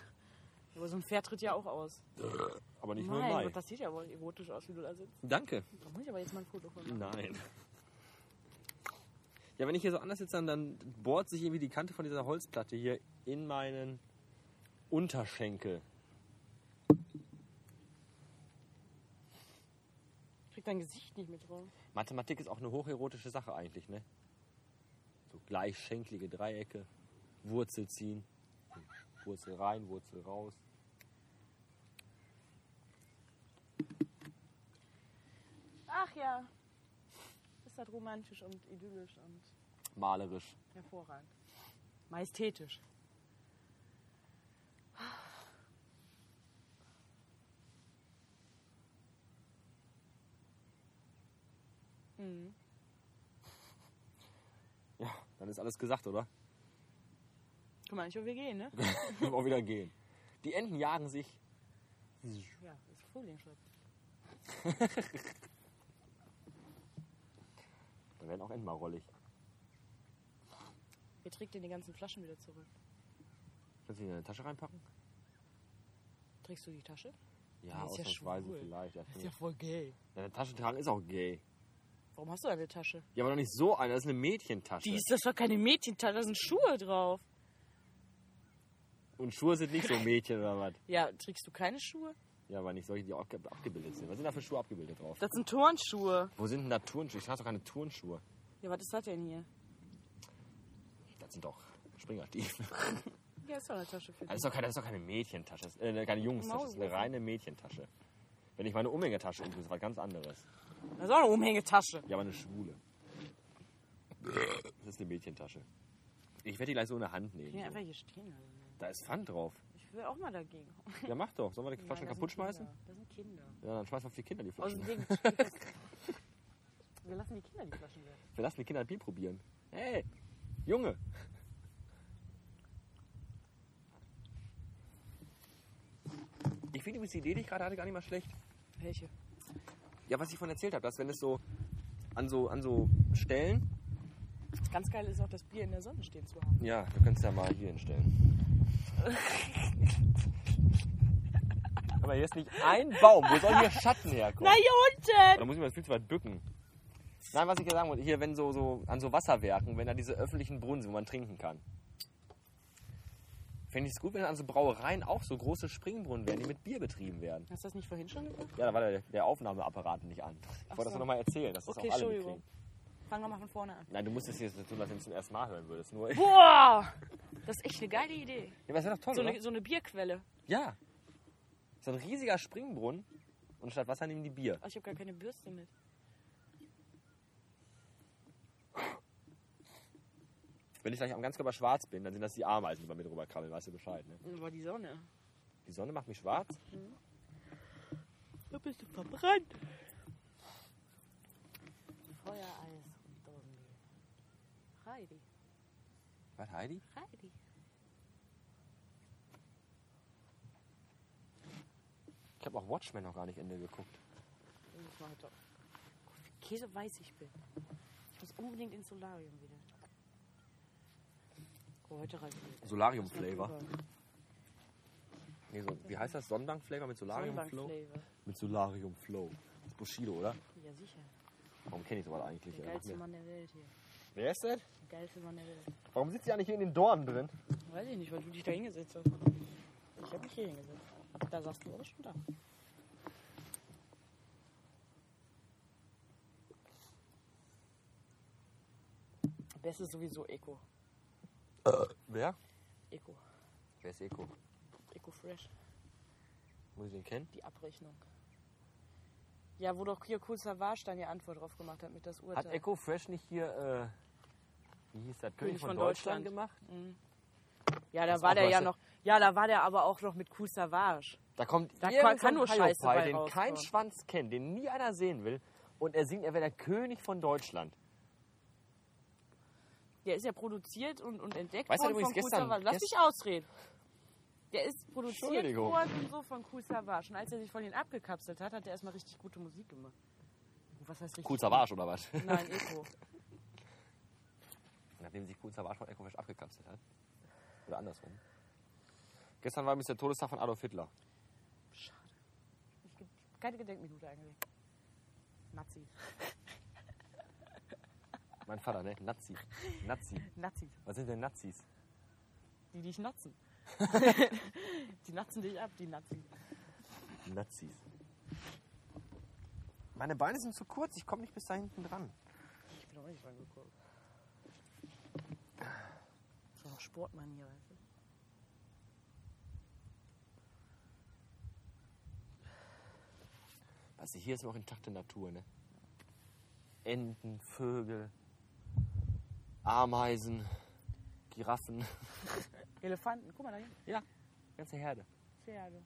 S1: Aber so ein Pferd tritt ja auch aus.
S2: Aber nicht nur im
S1: mein
S2: Mai.
S1: Gott, das sieht ja wohl erotisch aus, wie du da sitzt.
S2: Danke.
S1: Da muss ich aber jetzt mal ein Foto von machen.
S2: Nein. Ja, wenn ich hier so anders sitze, dann, dann bohrt sich irgendwie die Kante von dieser Holzplatte hier in meinen Unterschenkel.
S1: Ich krieg dein Gesicht nicht mit drauf.
S2: Mathematik ist auch eine hocherotische Sache eigentlich, ne? So gleichschenklige Dreiecke, Wurzel ziehen, Wurzel rein, Wurzel raus.
S1: Ach ja. Ist das romantisch und idyllisch und
S2: Malerisch.
S1: hervorragend. Majestätisch. Mhm.
S2: Ja, dann ist alles gesagt, oder? *laughs*
S1: Guck mal, ich will gehen, *laughs* ne?
S2: Können wir auch wieder gehen. Die Enten jagen sich.
S1: Ja, ist Frühling schon.
S2: Da werden auch Enten mal rollig.
S1: Ihr trägt denn die ganzen Flaschen wieder zurück.
S2: Kannst du die in deine Tasche reinpacken?
S1: Trägst du die Tasche?
S2: Ja,
S1: Das ist ja
S2: ausnahmsweise
S1: schwul.
S2: vielleicht. Ja, finde ich.
S1: voll gay.
S2: Deine Tasche tragen ist auch gay.
S1: Warum hast du eine Tasche?
S2: Ja, aber doch nicht so eine. Das ist eine Mädchentasche.
S1: Die ist, das war keine Mädchentasche, da sind Schuhe drauf.
S2: Und Schuhe sind nicht so Mädchen oder was?
S1: Ja, trägst du keine Schuhe?
S2: Ja, aber nicht solche, die auch ge- abgebildet sind. Was sind da für Schuhe abgebildet drauf?
S1: Das sind Turnschuhe.
S2: Wo sind denn da Turnschuhe? Ich habe doch keine Turnschuhe.
S1: Ja, was ist das denn hier?
S2: Das sind doch Springerstiefel. *laughs*
S1: Ja, ist doch eine Tasche für
S2: Das
S1: dich.
S2: ist doch keine, das ist doch keine Mädchentasche. Das ist, äh, keine Jungstasche. Das ist eine reine Mädchentasche. Wenn ich meine Umhängetasche umtue, ist was ganz anderes.
S1: Das ist auch eine Umhängetasche.
S2: Ja, aber eine schwule. Das ist eine Mädchentasche. Ich werde die gleich so in der Hand nehmen.
S1: Die
S2: So.
S1: einfach hier stehen. lassen.
S2: Da ist Pfand drauf.
S1: Ich will auch mal dagegen.
S2: Ja, mach doch.
S1: *laughs*
S2: Sollen wir die Flaschen
S1: Nein, das
S2: kaputt
S1: sind Kinder.
S2: schmeißen?
S1: Das sind Kinder.
S2: Ja, dann schmeißen wir auf die Kinder die Flaschen.
S1: Außerdem. wir lassen die Kinder die Flaschen werfen.
S2: Wir lassen die Kinder ein Bier probieren. Hey, Junge. Ich finde übrigens die Idee, die ich gerade hatte, gar nicht mal schlecht.
S1: Welche?
S2: Ja, was ich von erzählt habe, dass wenn es so an so, an so Stellen...
S1: Das ganz geil ist auch, das Bier in der Sonne stehen zu haben.
S2: Ja, du kannst ja mal hier hinstellen. Aber hier ist nicht ein Baum. Wo soll hier Schatten herkommen?
S1: hier
S2: Da muss ich mir das viel zu weit bücken. Nein, was ich ja sagen wollte, hier, wenn so, so an so Wasserwerken, wenn da diese öffentlichen Brunnen sind, wo man trinken kann. Fände ich es gut, wenn an so Brauereien auch so große Springbrunnen wären, die mit Bier betrieben werden.
S1: Hast du das nicht vorhin schon gesagt?
S2: Ja, da war der, der Aufnahmeapparat nicht an. Ich
S1: Ach
S2: wollte das
S1: so.
S2: das nochmal erzählen, dass das
S1: Okay,
S2: auch alle
S1: Entschuldigung.
S2: mitkriegen.
S1: Fangen wir mal von vorne an.
S2: Nein, du musst es jetzt nicht so tun, als wenn du es zum ersten Mal hören würdest. Nur, ja,
S1: Boah! Das ist echt eine geile Idee.
S2: aber das wäre doch toll,
S1: So
S2: oder?
S1: eine, so eine Bierquelle.
S2: Ja. So ein riesiger Springbrunnen und statt Wasser nehmen die Bier.
S1: Oh, ich habe gar keine Bürste mit.
S2: Wenn ich gleich am Ganzkörper schwarz bin, dann sind das die Ameisen, die bei mir drüber krabbeln, weißt du Bescheid, ne?
S1: Aber die Sonne.
S2: Die Sonne macht mich schwarz.
S1: Da bist du verbrannt. Feuereis und Dosenbier. Heidi,
S2: Was, Heidi?
S1: Heidi.
S2: Ich habe auch Watchmen noch gar nicht Ende geguckt.
S1: Ich muss mal heute. Guck, wie Käse weiß ich bin. Ich muss unbedingt ins Solarium wieder. Aber heute reicht nicht.
S2: Solarium-Flavor. Nee, so, wie heißt das? Sonnenbank-Flavor mit Solarium-Flow?
S1: Sonnenbank-Flavor.
S2: Mit Solarium-Flow. Das ist Bushido, oder?
S1: Ja, sicher.
S2: Warum kenne ich sowas eigentlich?
S1: Der
S2: ey? Mach
S1: geilste
S2: mir-
S1: Mann der Welt hier.
S2: Wer ist das?
S1: Der geilste Mann der Welt.
S2: Warum sitzt ihr eigentlich hier in den Dornen drin?
S1: Weiß ich nicht, weil du dich da hingesetzt hast. Ich habe mich hier hingesetzt. Da saßt du aber schon da. Das ist sowieso Eco.
S2: Wer?
S1: Eco.
S2: Wer ist Eko?
S1: Eco Fresh.
S2: Muss ich den kennen?
S1: Die Abrechnung. Ja, wo doch hier Kool Savage dann die Antwort drauf gemacht hat mit das Urteil.
S2: Hat Echo Fresh nicht hier, äh, wie hieß das, König von, Deutschland, gemacht?
S1: Mhm. Ja, da
S2: Das
S1: war
S2: auch
S1: der ja
S2: was-
S1: noch. Ja, da war der aber auch noch mit Kool Savage.
S2: Da kommt
S1: Da
S2: irgendein
S1: kann nur Scheiße
S2: Hiopai,
S1: bei
S2: den kein
S1: rauskommen.
S2: Schwanz kennt, den nie einer sehen will. Und er singt, er wäre der König von Deutschland.
S1: Der ist ja produziert und, und entdeckt
S2: Weißt du,
S1: worden
S2: übrigens
S1: von Kool
S2: gestern-
S1: Savage. Lass
S2: gest-
S1: mich ausreden. Der ist produziert
S2: Entschuldigung.
S1: worden und so von Kool Savage. Und als er sich von denen abgekapselt hat, hat er erstmal richtig gute Musik gemacht. Und Was heißt richtig?
S2: Cool Savage oder was?
S1: gut? Nein, Eco.
S2: Nachdem sich Cool Savage von Echo Fresh abgekapselt hat. Oder andersrum. Gestern war übrigens der Todestag von Adolf Hitler.
S1: Es gibt keine Gedenkminute eigentlich. Nazi.
S2: Mein Vater, ne? Nazi. Nazi.
S1: Nazi.
S2: Was sind denn Nazis?
S1: Die dich *laughs* natzen. die natzen dich ab, die Nazi.
S2: Nazis. Meine Beine sind zu kurz, ich komme nicht bis da hinten dran.
S1: Ich bin auch nicht rangekommen. So noch Sportmann hier, weißt du?
S2: Also hier ist noch intakte Natur, ne? Enten, Vögel, Ameisen, Giraffen.
S1: Elefanten, guck mal da hinten.
S2: Ja, ganze Herde.
S1: Pferde.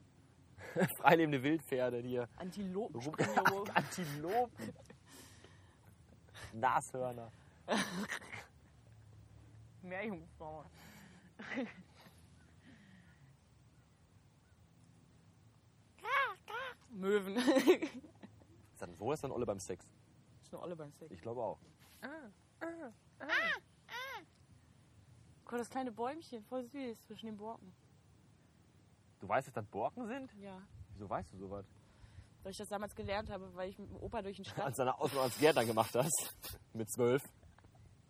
S2: Freilebende Wildpferde, die hier
S1: Antilopen
S2: rum-
S1: springen hier *laughs* rum.
S2: Antilopen. Nashörner.
S1: Meerjungfrauen. *laughs* Möwen. ist
S2: Ist dann, wo ist dann Olle beim Sex?
S1: eine Olle beim Sex.
S2: Ich glaube auch.
S1: Guck mal, das kleine Bäumchen, voll süß, zwischen den Borken.
S2: Du weißt, dass das Borken sind?
S1: Ja.
S2: Wieso weißt du sowas?
S1: Weil ich das damals gelernt habe, weil ich mit dem Opa durch den *laughs*
S2: Als
S1: Strand
S2: du deine Ausbildung als Gärtner gemacht hast. *laughs* Mit zwölf.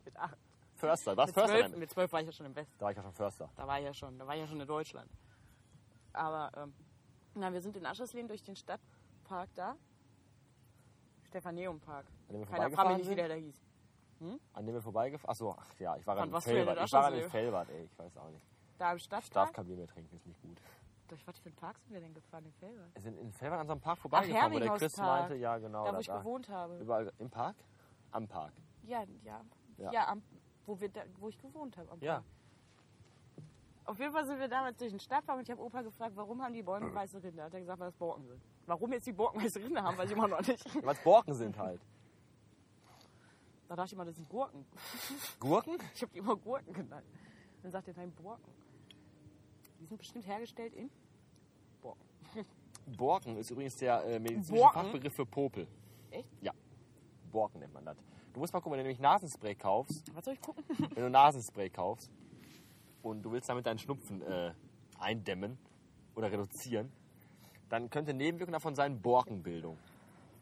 S1: mit acht.
S2: Förster.
S1: Mit
S2: Was?
S1: zwölf,
S2: Förster?
S1: mit zwölf war ich ja schon im Westen.
S2: Da war ich ja schon Förster.
S1: Da war ich ja schon, da war ich ja schon in Deutschland. Aber ähm, na, wir sind in Aschersleben durch den Stadtpark da. Stephaneumpark.
S2: An dem wir
S1: Keiner fragt mich
S2: vorbeigefahren
S1: nicht, wie der da hieß.
S2: An dem wir vorbeigefahren. Achso, ach ja, ich war
S1: Von
S2: gerade im
S1: was für eine
S2: Fellbad. Ich war gerade im
S1: Laschensee?
S2: Fellbad, ey. Ich weiß auch nicht.
S1: Da im
S2: Ich darf
S1: Stadtpark.
S2: kein Bier mehr trinken, ist nicht gut.
S1: Durch was für einen Park sind wir denn gefahren? In Felbert?
S2: Wir sind in Fellbad an so einem Park vorbeigefahren, wo der Chris
S1: Herminghauspark.
S2: meinte, ja genau.
S1: da, wo
S2: das
S1: ich
S2: war-
S1: gewohnt habe.
S2: Überall im Park? Am Park. *laughs*
S1: Ja, ja.
S2: Ja.
S1: Ja, am, wo, wir da, wo ich gewohnt habe. am
S2: Ja.
S1: Park. Auf jeden Fall sind wir damals durch den Stadtpark und ich habe Opa gefragt, warum haben die Bäume weiße Rinder? Hat er gesagt, weil das Borken sind. Warum jetzt die Borken weiße Rinder haben, weiß ich immer noch nicht.
S2: Weil es Borken sind halt.
S1: *laughs* Da dachte ich immer, das sind Gurken.
S2: Gurken?
S1: Ich habe die immer Gurken genannt. Dann sagt er, nein, Borken. Die sind bestimmt hergestellt in.
S2: Borken ist übrigens der äh, medizinische
S1: Borken?
S2: Fachbegriff für Popel.
S1: Echt?
S2: Ja. Borken nennt man das. Du musst mal gucken, wenn du nämlich Nasenspray kaufst,
S1: Was soll ich gucken? *laughs*
S2: wenn du Nasenspray kaufst und du willst damit deinen Schnupfen äh, eindämmen oder reduzieren, dann könnte Nebenwirkung davon sein Borkenbildung.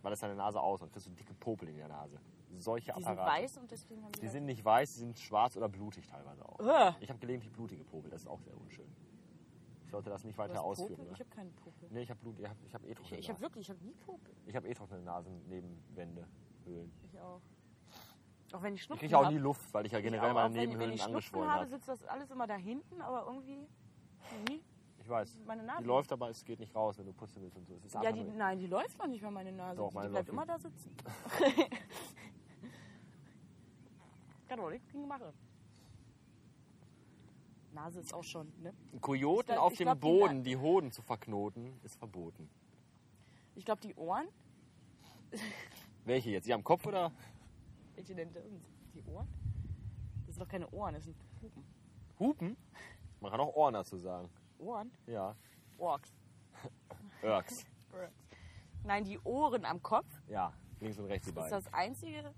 S2: Weil das deine Nase aus und kriegst du dicke Popel in der Nase. Solche
S1: Die sind
S2: Apparate.
S1: weiß und deswegen haben die.
S2: Die
S1: das-
S2: sind nicht weiß, die sind schwarz oder blutig teilweise auch.
S1: Ugh.
S2: Ich habe gelegentlich blutige Popel, das ist auch sehr unschön. Ich sollte das nicht
S1: Du
S2: weiter
S1: hast
S2: ausführen.
S1: Popel?
S2: oder?
S1: Ich habe keine Popel.
S2: nee, ich habe Blut, ich habe ich hab eh
S1: Ich,
S2: trockene
S1: ich habe
S2: Nasen.
S1: wirklich, ich habe nie Popel.
S2: Ich hab eh trockene Nasen Nebenwände, Höhlen.
S1: Ich auch. Auch wenn ich
S2: Ich
S1: Schnupfen
S2: kriege auch
S1: hab-
S2: nie Luft, weil ich ja generell
S1: auch,
S2: meine
S1: auch wenn- Wenn
S2: Nebenhöhlen
S1: ich Schnupfen
S2: angeschwollen
S1: habe,
S2: habe.
S1: sitzt das alles immer da hinten, aber irgendwie nie.
S2: Ich weiß.
S1: meine Nase-
S2: Die läuft aber, es geht nicht raus, wenn du putzen willst und so. Es ist
S1: Ah, Ja, die,
S2: einfach nur-
S1: nein, die läuft noch nicht mal meine Nase.
S2: Doch,
S1: die,
S2: meine
S1: die bleibt
S2: läuft
S1: immer da sitzen. *laughs* Kann doch nichts gegen machen. Nase ist auch schon, ne?
S2: Kojoten
S1: Ich glaub-
S2: auf
S1: ich
S2: dem
S1: glaub, die
S2: Boden die Hoden zu verknoten, ist verboten.
S1: Ich glaube, die Ohren,
S2: Welche jetzt? Die am Kopf oder?
S1: welche denn das sind? Die Ohren? Das sind doch keine Ohren, das sind Pupen.
S2: Hupen? Man kann auch Ohren dazu sagen.
S1: Ohren?
S2: Ja.
S1: Orks.
S2: Irks.
S1: Nein, die Ohren am Kopf
S2: Ja. Links und rechts die
S1: ist
S2: beiden.
S1: das einzige.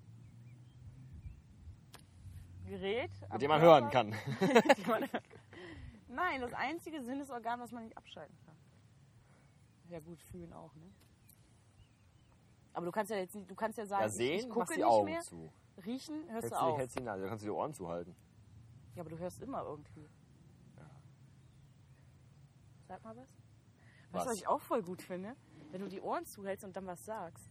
S1: Gerät. am
S2: mit dem man
S1: Körper-
S2: hören kann.
S1: mit dem man- Nein, das einzige Sinnesorgan, was man nicht abschalten kann. Ja gut, fühlen auch, ne? Aber du kannst ja jetzt nicht, du kannst ja sagen,
S2: Ja,
S1: ich-
S2: sehen,
S1: ich
S2: machst
S1: gucke
S2: die
S1: nicht
S2: Augen
S1: mehr.
S2: zu.
S1: Riechen hörst
S2: Hältst
S1: du
S2: du,
S1: auf.
S2: hältst die Nase, da kannst du die Ohren zuhalten.
S1: Ja, aber du hörst immer irgendwie. Sag mal was. Weißt du, was
S2: Was?
S1: ich auch voll gut finde? Wenn du die Ohren zuhältst und dann was sagst.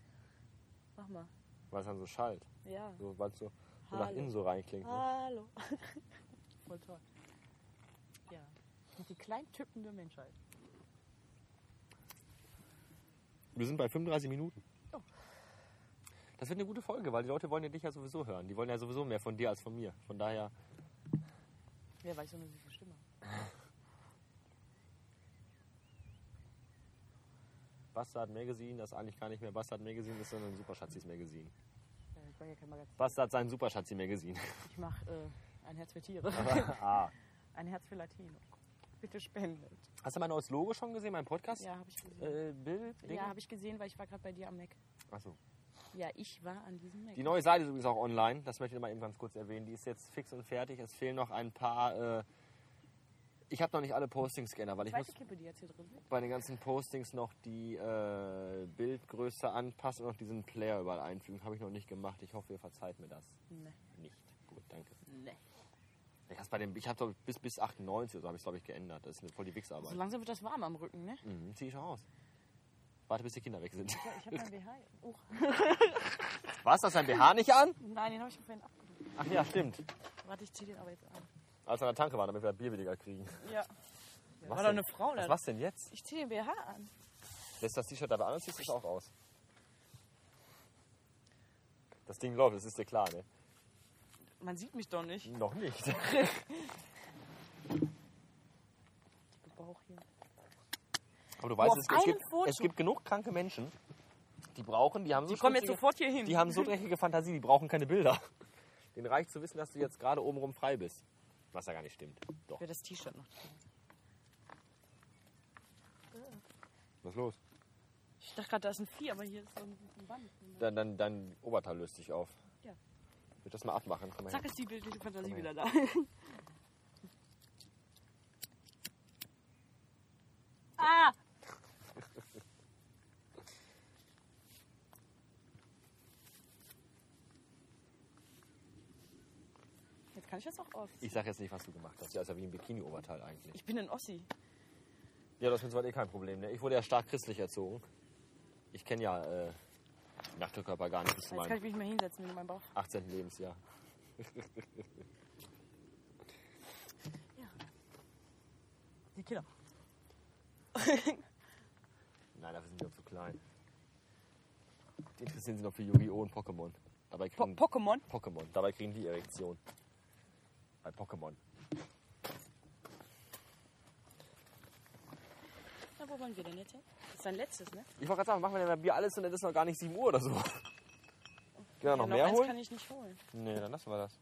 S1: Mach mal.
S2: Weil es dann so schallt.
S1: Ja.
S2: So, weil es so, so nach
S1: Hallo. Ah.
S2: innen so reinklingt. Ne?
S1: Hallo. *laughs* voll toll. Ja. Die kleintippende Menschheit.
S2: Wir sind bei 35 Minuten.
S1: Oh.
S2: Das wird eine gute Folge, weil die Leute wollen ja dich ja sowieso hören. Die wollen ja sowieso mehr von dir als von mir. Von daher,
S1: Ja, weil ich so eine süße Stimme habe.
S2: Bastard Magazine, das eigentlich gar nicht mehr Bastard Magazine ist, sondern Superschatzis Magazine.
S1: Äh, Ich mache ja kein Magazin.
S2: Bastard sein Superschatzi Magazine. *laughs*
S1: Ich mache äh, ein Herz für Tiere.
S2: ah.
S1: *laughs* Ein Herz für Latino. Bitte spendet.
S2: Hast du mein neues Logo schon gesehen, mein Podcast?
S1: Ja, habe ich gesehen.
S2: Äh, Bild, Ding?
S1: ja, habe ich gesehen, weil ich war gerade bei dir am Mac.
S2: Achso.
S1: Ja, ich war an diesem Mac.
S2: Die neue Seite ist übrigens auch online, das möchte ich mal eben ganz kurz erwähnen. Die ist jetzt fix und fertig. Es fehlen noch ein paar. Äh, ich habe noch nicht alle Postings geändert, weil ich muss
S1: zweite Kippe, die jetzt hier drin ist.
S2: bei den ganzen Postings noch die äh, Bildgröße anpassen und noch diesen Player überall einfügen. Habe ich noch nicht gemacht. Ich hoffe, ihr verzeiht mir das
S1: Nee.
S2: nicht. Gut, danke.
S1: Nee.
S2: Ich habe bei dem, ich habe bis bis 98 oder so habe ich glaube ich geändert. Das ist eine voll die
S1: So
S2: Wichsarbeit.
S1: langsam wird das warm am Rücken, ne?
S2: Mhm, zieh ich schon aus. Warte, bis die Kinder weg sind.
S1: Ich habe mein BH. Oh,
S2: *laughs* Was? Hast du dein BH nicht an?
S1: nein, den habe ich schon vorhin abgedrückt.
S2: Ach ja, stimmt.
S1: Warte, ich ziehe den aber jetzt an.
S2: Als wir an der Tanke waren, damit wir Bier weniger kriegen.
S1: Ja. war
S2: Was
S1: doch
S2: denn?
S1: eine Frau, ne?
S2: Was
S1: oder?
S2: machst du denn jetzt?
S1: Ich ziehe den BH an.
S2: Lässt das T-Shirt dabei an und ziehst es auch aus. Das Ding läuft, das ist dir klar, ne?
S1: Man sieht mich doch nicht.
S2: Noch nicht.
S1: Der Bauch hier.
S2: *laughs* Aber du
S1: Boah,
S2: weißt,
S1: auf
S2: es, es, gibt,
S1: einem Foto.
S2: es gibt genug kranke Menschen, die brauchen, die haben so
S1: Die kommen jetzt
S2: schmutzige-
S1: sofort hier hin.
S2: Die haben so dreckige Fantasie, die brauchen keine Bilder. *laughs* Den reicht zu wissen, dass du jetzt gerade obenrum frei bist. Was ja gar nicht stimmt. Doch.
S1: Ich will das T-Shirt noch tragen.
S2: Was ist los?
S1: Ich dachte gerade, da ist ein Vieh, aber hier ist so ein ein Band.
S2: Dann, dann, dein Oberteil löst sich auf.
S1: Ja.
S2: Will ich das mal abmachen? Komm mal her.
S1: Zack, ist die bildliche Fantasie
S2: Komm
S1: wieder
S2: her.
S1: da. *laughs* ah! Jetzt kann ich das auch auf.
S2: Ich sag jetzt nicht, was du gemacht hast. Ja, ist ja wie ein Bikini-Oberteil eigentlich.
S1: Ich bin ein Ossi.
S2: Ja, das ist mit soweit eh kein Problem. Ne? Ich wurde ja stark christlich erzogen. Ich kenne ja äh, den Nachtkörper gar nicht bis zu
S1: Jetzt kann ich
S2: meinem
S1: mich nicht mehr hinsetzen wegen meinem Bauch.
S2: 18. Lebensjahr.
S1: Die Killer.
S2: Nein, dafür sind wir zu klein. Die interessieren sich noch für Yu-Gi-Oh! und Pokémon. Dabei
S1: Po
S2: kriegen
S1: Pokémon?
S2: Pokémon. Dabei kriegen die Erektion. Bei Pokémon.
S1: Na, wo wollen wir denn jetzt hin? Das ist dein letztes, ne?
S2: Ich wollte gerade sagen, machen wir denn beim Bier alles und dann ist noch gar nicht 7 Uhr oder so. Gehen wir noch
S1: Ja,
S2: mehr
S1: Genau, eins
S2: holen?
S1: kann ich nicht holen.
S2: Nee, dann lassen wir das.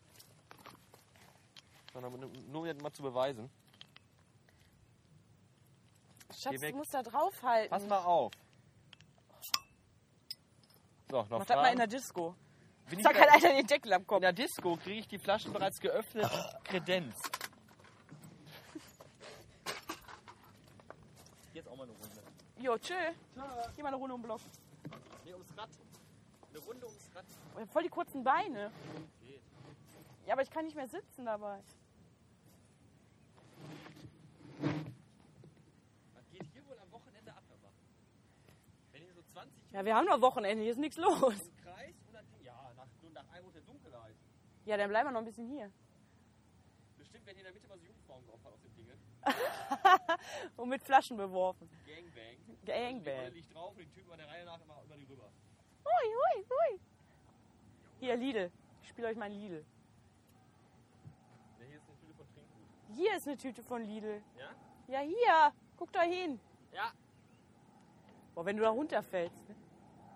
S2: Sondern nur- nur um jetzt mal zu beweisen.
S1: Schatz,
S2: weg.
S1: du musst da draufhalten.
S2: Pass mal auf. So, noch
S1: Mach das halt mal in
S2: Fragen?
S1: der halt- Disco.
S2: Bin ich
S1: Zack,
S2: da-
S1: hat einer den Deckel am
S2: In
S1: Kopf.
S2: der Disco kriege ich die Flaschen bereits geöffnet. Kredenz. Jetzt auch mal eine Runde.
S1: Jo, chill. Geh mal eine Runde um den Block.
S2: Nee, ums Rad. Eine Runde ums Rad.
S1: Oh, Voll die kurzen Beine. Ja, aber ich kann nicht mehr sitzen dabei.
S2: Was geht hier wohl am Wochenende ab, aber? Wenn ihr so 20
S1: Ja, wir haben doch Wochenende, hier ist nichts los.
S2: im Kreis oder Ding. Ja, nach, nur nach einem Uhr der Dunkelheit.
S1: Ja, dann bleiben wir noch ein bisschen hier.
S2: Bestimmt werden hier in der Mitte mal so Jungfrauen drauf hat aus dem Ding.
S1: Und mit Flaschen beworfen.
S2: Gangbang.
S1: Gangbang.
S2: liegt drauf und die Typen an der Reihe nach immer über die rüber.
S1: Hui, hui, hui. Hier, Lidl. Ich spiele euch mein Lidl.
S2: hier ist eine Tüte von Trinkgut.
S1: Hier ist eine Tüte von Lidl.
S2: Ja?
S1: Ja, hier. Guck da hin.
S2: Ja.
S1: Boah, wenn du da runterfällst. Ne?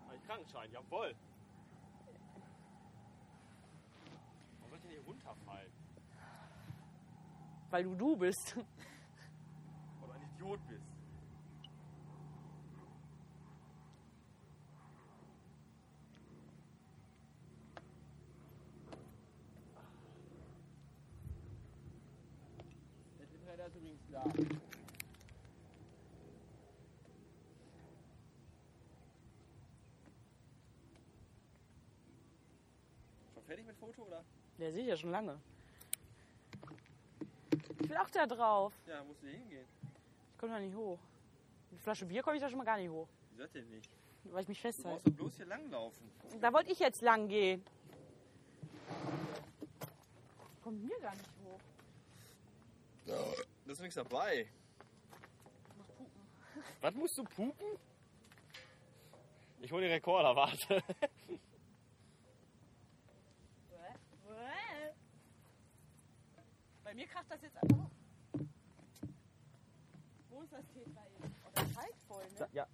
S2: Habe ich Krankenschein, jawohl. Warum soll ich denn hier runterfallen?
S1: Weil du du bist. *laughs*
S2: Weil du ein Idiot bist.
S3: ist übrigens da.
S2: Schon fertig mit Foto oder?
S1: Der sehe ich ja schon lange. Ich will auch da drauf.
S2: Ja, musst du hier hingehen.
S1: Ich komme da nicht hoch. Mit Flasche Bier komme ich da schon mal gar nicht hoch,
S2: Wieso denn nicht?
S1: weil ich mich
S2: Du brauchst
S1: festhalte.
S2: doch bloß hier langlaufen.
S1: Da wollte ich jetzt lang gehen. Kommt mir gar nicht hoch.
S2: Da ist nichts dabei. Was musst du pupen? Ich hole den Rekorder, warte.
S1: Bei mir kracht das jetzt einfach. hoch. Wo ist das Tetra eben? Oh, das reicht voll, ne?
S2: ja.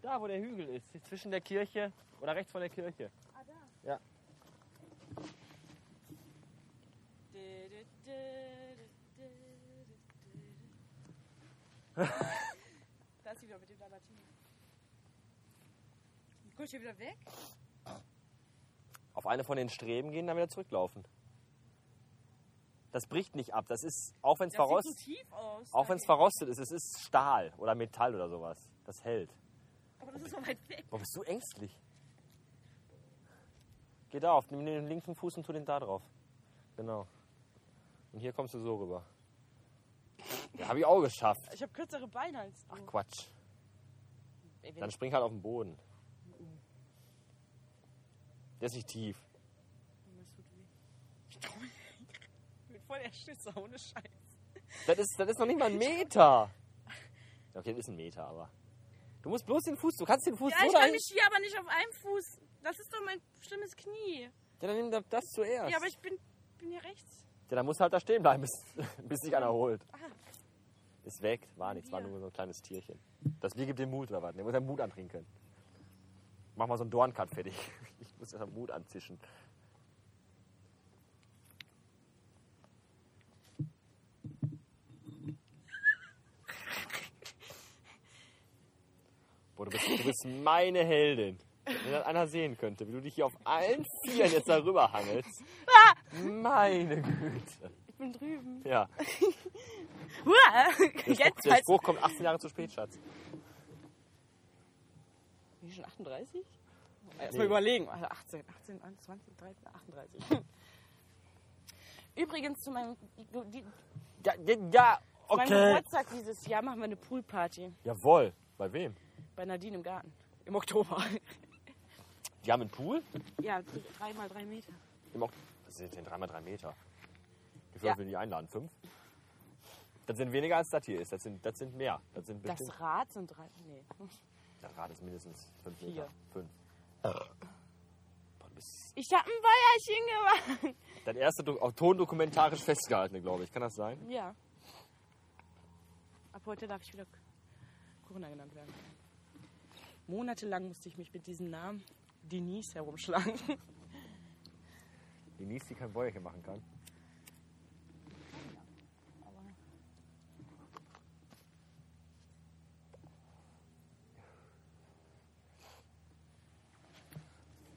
S2: Da, wo der Hügel ist. Zwischen der Kirche oder rechts von der Kirche.
S1: Ah, da.
S2: Ja.
S1: Dü, dü, dü, dü, dü, dü, dü. *laughs* da ist sie wieder mit dem Dalmatiner. Guck hier wieder weg?
S2: Auf eine von den Streben gehen, dann wieder zurücklaufen. Das bricht nicht ab. Das ist, auch wenn es
S1: Das sieht so
S2: verrostet,
S1: tief aus.
S2: auch wenn es verrostet ist, es ist Stahl oder Metall oder sowas. Das hält.
S1: Aber das ist so weit weg.
S2: Warum bist du ängstlich? Geh da auf, nimm den linken Fuß und tu den da drauf. Genau. Und hier kommst du so rüber. Ja, hab ich auch geschafft.
S1: Ich habe kürzere Beine als du.
S2: Ach Quatsch.
S1: Ey, wenn
S2: Dann spring halt auf den Boden. Der ist nicht tief.
S1: Das tut weh. Ich trau mich. Ich bin voll der Schnitzer, ohne Scheiß.
S2: Das ist, das ist noch nicht mal ein Meter. Ja, Okay, das ist ein Meter, aber. Du musst bloß den Fuß, du kannst den Fuß
S1: Ja,
S2: so
S1: ich kann
S2: dahin-
S1: mich hier aber nicht auf einem Fuß. Das ist doch mein schlimmes Knie.
S2: Ja, dann nimm da- das zuerst.
S1: Ja, aber ich bin, bin hier rechts.
S2: Ja, dann musst du halt da stehen bleiben, *laughs* bis, bis sich einer holt.
S1: Ah.
S2: Ist weg, war nichts, war
S1: Bier.
S2: nur so ein kleines Tierchen. Das Bier gibt dem Mut oder was? Der muss seinen Mut antrinken. Mach mal so einen Dorncut fertig. *laughs* Ich muss erst am Mut anzischen. Boah, du bist, du bist meine Heldin. Wenn das einer sehen könnte, wie du dich hier auf allen Vieren jetzt darüber hangelst. Meine Güte.
S1: Ich bin drüben.
S2: Ja.
S1: *laughs* Hua!
S2: Der
S1: *laughs*
S2: Spruch,
S1: Jetzt
S2: der
S1: halt.
S2: Spruch kommt 18 Jahre zu spät, Schatz.
S1: Bin ich schon 38? Erstmal
S2: Nee.
S1: überlegen. Also 18, 18, 21, 13, 38. Übrigens zu meinem, du- die,
S2: Ja, ja, ja
S1: zu meinem Geburtstag dieses Jahr machen wir eine Poolparty
S2: Jawohl. Bei wem?
S1: bei Nadine im Garten. Im Oktober.
S2: Die haben einen Pool?
S1: Ja, drei mal drei Meter.
S2: Im Okt- Was sind denn 3x3 Meter? Wie viele
S1: Ja.
S2: will die einladen? Fünf? Das sind weniger als das hier ist. Das sind, das sind mehr. Das sind
S1: Das
S2: bestimmt.
S1: Rad sind drei. Nee.
S2: Das Rad ist mindestens fünf Meter.
S1: Vier.
S2: Fünf. Boah, du bist
S1: Ich hab ein Bäuerchen gemacht.
S2: dein erster Do auch tondokumentarisch festgehalten, glaube ich. Kann das sein?
S1: Ja. Ab heute darf ich wieder Corona genannt werden. Monatelang musste ich mich mit diesem Namen Denise *laughs* herumschlagen.
S2: Die Nies, die kein Bäuerchen machen kann.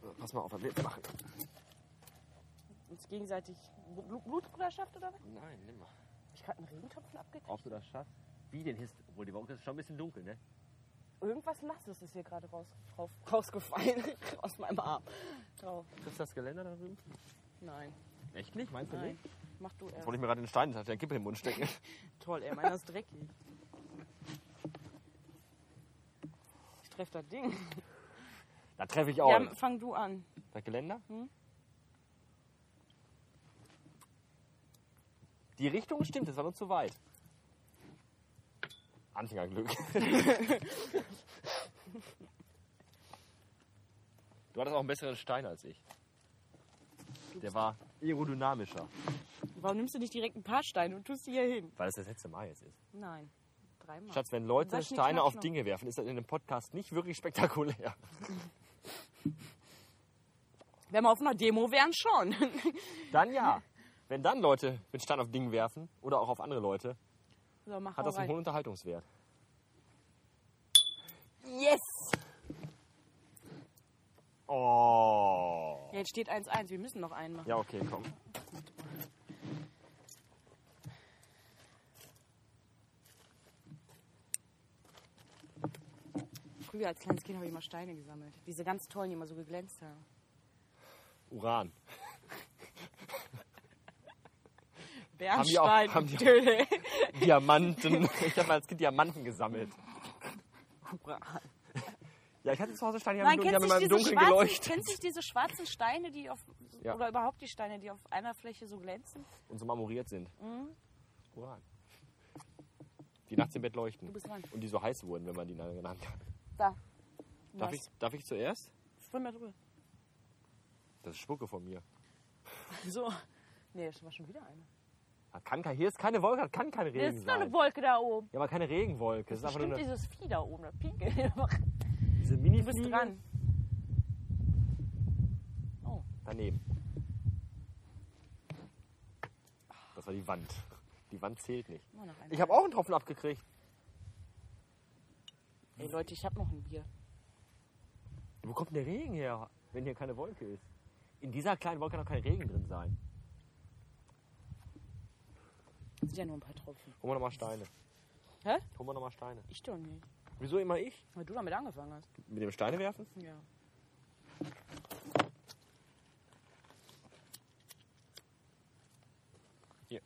S2: So, Pass mal auf, was wir jetzt machen.
S1: Uns gegenseitig Bl- Bl- Blutbruderschaft oder was?
S2: Nein, nimm mal.
S1: Ich hab einen Regentropfen abgekriegt.
S2: Ob du das schaffst? Wie den Hist? Obwohl, die Woche ist schon ein bisschen dunkel, ne?
S1: Irgendwas Nasses ist hier gerade raus, rauf, rausgefallen. *laughs* aus meinem Arm. Drauf.
S2: Triffst du das Geländer da drüben?
S1: Oh, Nein.
S2: Echt nicht? Meinst du
S1: Nein.
S2: nicht?
S1: Mach du
S2: Jetzt
S1: erst.
S2: wollte ich mir gerade den Stein in den Kippe im Mund *laughs* stecken.
S1: Toll, ey, meiner ist dreckig. Ich treff das Ding.
S2: da treffe ich auch.
S1: Ja, fang du an.
S2: Das Geländer?
S1: Hm?
S2: Die Richtung stimmt, das war nur zu weit. Anfängerglück. du hattest auch einen besseren Stein als ich. Der war aerodynamischer,
S1: Warum nimmst du nicht direkt ein paar Steine und tust sie hier hin?
S2: weil es das letzte Mal jetzt ist.
S1: Nein. Dreimal.
S2: Schatz, wenn Leute
S1: Wasch nicht,
S2: Steine
S1: klatsch
S2: auf
S1: noch.
S2: Dinge werfen, ist das in einem Podcast nicht wirklich spektakulär.
S1: Wenn wir auf einer Demo wären, schon.
S2: Dann ja. Wenn dann Leute mit Stein auf Dinge werfen oder auch auf andere Leute,
S1: *laughs* so, mach
S2: hat
S1: hau
S2: das einen
S1: rein.
S2: hohen Unterhaltungswert.
S1: Yes!
S2: Oh.
S1: Ja, jetzt steht 1-1. Wir müssen noch einen machen.
S2: Ja, okay, komm.
S1: Früher als kleines Kind habe ich immer Steine gesammelt. Diese ganz tollen, die immer so geglänzt haben.
S2: Uran. die auch-
S1: Bernstein,
S2: haben die auch-
S1: Töne. *laughs*
S2: Diamanten. *laughs* Ich habe als Kind Diamanten gesammelt. Ja, ich hatte zu Hause Steine, die haben,
S1: Nein,
S2: im Dun- die haben
S1: kennst
S2: in
S1: du
S2: meinem
S1: diese
S2: Dunkeln
S1: schwarzen,
S2: geleuchtet.
S1: kennst du diese schwarzen Steine, die auf
S2: Ja.
S1: oder überhaupt die Steine, die auf einer Fläche so glänzen?
S2: Und so marmoriert sind.
S1: Mhm.
S2: Uran. Die nachts im Bett leuchten.
S1: Du bist dran.
S2: Und die so heiß wurden, wenn man die genannt hat.
S1: Da.
S2: Darf
S1: Was?
S2: ich, darf ich zuerst?
S1: Sprich mal drüber.
S2: Das ist Spucke von mir.
S1: So. Nee, das war schon wieder eine.
S2: Ah, Kann kein, hier ist keine Wolke, das kann kein
S1: Das
S2: Regen
S1: ist doch eine
S2: sein.
S1: Wolke da oben.
S2: Ja, aber keine Regenwolke. Das ist einfach nur
S1: Bestimmt
S2: eine,
S1: dieses Vieh da oben, das Pinkel. *laughs* Du
S2: diese mini
S1: bist dran. Oh,
S2: Daneben. Das war die Wand. Die Wand zählt nicht.
S1: immer noch einer.
S2: Ich habe auch einen Tropfen abgekriegt.
S1: Ey Leute, ich habe noch ein Bier.
S2: Wo kommt denn der Regen her, wenn hier keine Wolke ist? In dieser kleinen Wolke kann doch kein Regen drin sein.
S1: Das sind ja nur ein paar Tropfen.
S2: Hol mal nochmal Steine.
S1: Hä?
S2: Hol mal nochmal Steine.
S1: Ich doch nicht.
S2: Wieso immer ich?
S1: Weil du damit angefangen hast.
S2: Mit dem Steine werfen?
S1: Ja.
S2: Hier.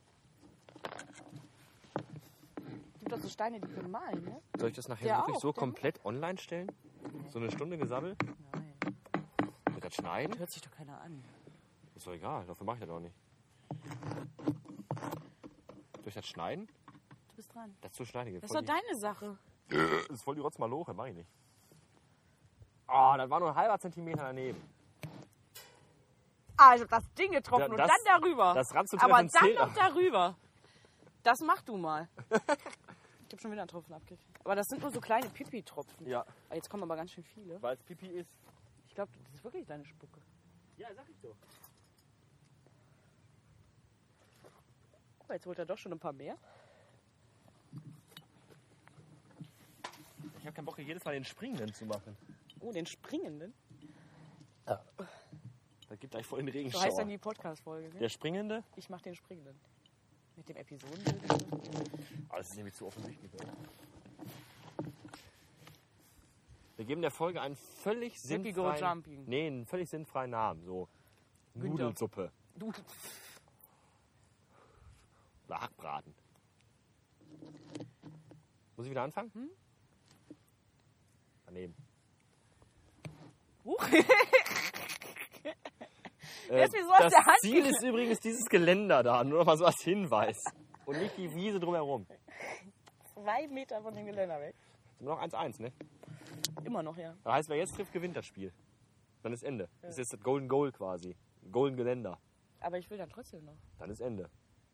S1: Gibt doch so Steine, die können malen, ne?
S2: Soll ich das nachher
S1: Der
S2: wirklich
S1: auch,
S2: so
S1: der
S2: komplett online stellen? So eine Stunde gesammelt?
S1: Nein.
S2: Wird das schneiden?
S1: Hört sich doch keiner an.
S2: Ist doch egal, dafür mache ich das auch nicht. Soll ich das schneiden?
S1: Du bist dran.
S2: Dazu schneide ich.
S1: Das ist
S2: voll
S1: doch
S2: die-
S1: deine Sache.
S2: Das ist voll die Rotzmaloche, mach ich nicht. Ah, das war nur ein halber Zentimeter daneben.
S1: Ah, ich hab das Ding getroffen
S2: Da-
S1: und
S2: das-
S1: dann darüber.
S2: das ranzutreffen
S1: Aber dann
S2: zählt
S1: noch
S2: auch.
S1: darüber. Das mach du mal. *laughs* Ich hab schon wieder einen Tropfen abgekriegt. Aber das sind nur so kleine Pipi-Tropfen.
S2: Ja.
S1: Ah, Jetzt kommen aber ganz schön viele.
S2: Weil es Pipi ist.
S1: Ich glaube, das ist wirklich deine Spucke.
S2: Ja, sag ich doch.
S1: Oh, jetzt holt er doch schon ein paar mehr.
S2: Ich habe keinen Bock, hier jedes Mal den Springenden zu machen.
S1: Oh, den springenden.
S2: Da gibt gleich voll den
S1: So
S2: Regenschauer.
S1: heißt dann die Podcast-Folge. Ne?
S2: Der Springende?
S1: Ich mach den springenden. Mit dem Episoden.
S2: Ah, das ist nämlich zu offensichtlich. Oder? Wir geben der Folge einen völlig
S1: Zippy Go
S2: sinnfreien...
S1: Jumping.
S2: Nee, einen völlig sinnfreien Namen. So
S1: Günther.
S2: Nudelsuppe
S1: Du,
S2: oder Hackbraten. Muss ich wieder anfangen?
S1: Hm?
S2: Daneben.
S1: huch,
S2: Äh,
S1: Ist mir so aus
S2: das
S1: der Hand
S2: Ziel ist übrigens dieses Geländer da, nur noch mal so als Hinweis. Und nicht die Wiese drumherum.
S1: *laughs* zwei Meter von dem Geländer weg.
S2: Sind wir noch 1-1, ne?
S1: Immer noch, ja.
S2: Das heißt, wer jetzt trifft, gewinnt das Spiel. Dann ist Ende. Das ist jetzt das Golden Goal quasi. Golden Geländer.
S1: Aber ich will dann trotzdem noch.
S2: Dann ist Ende.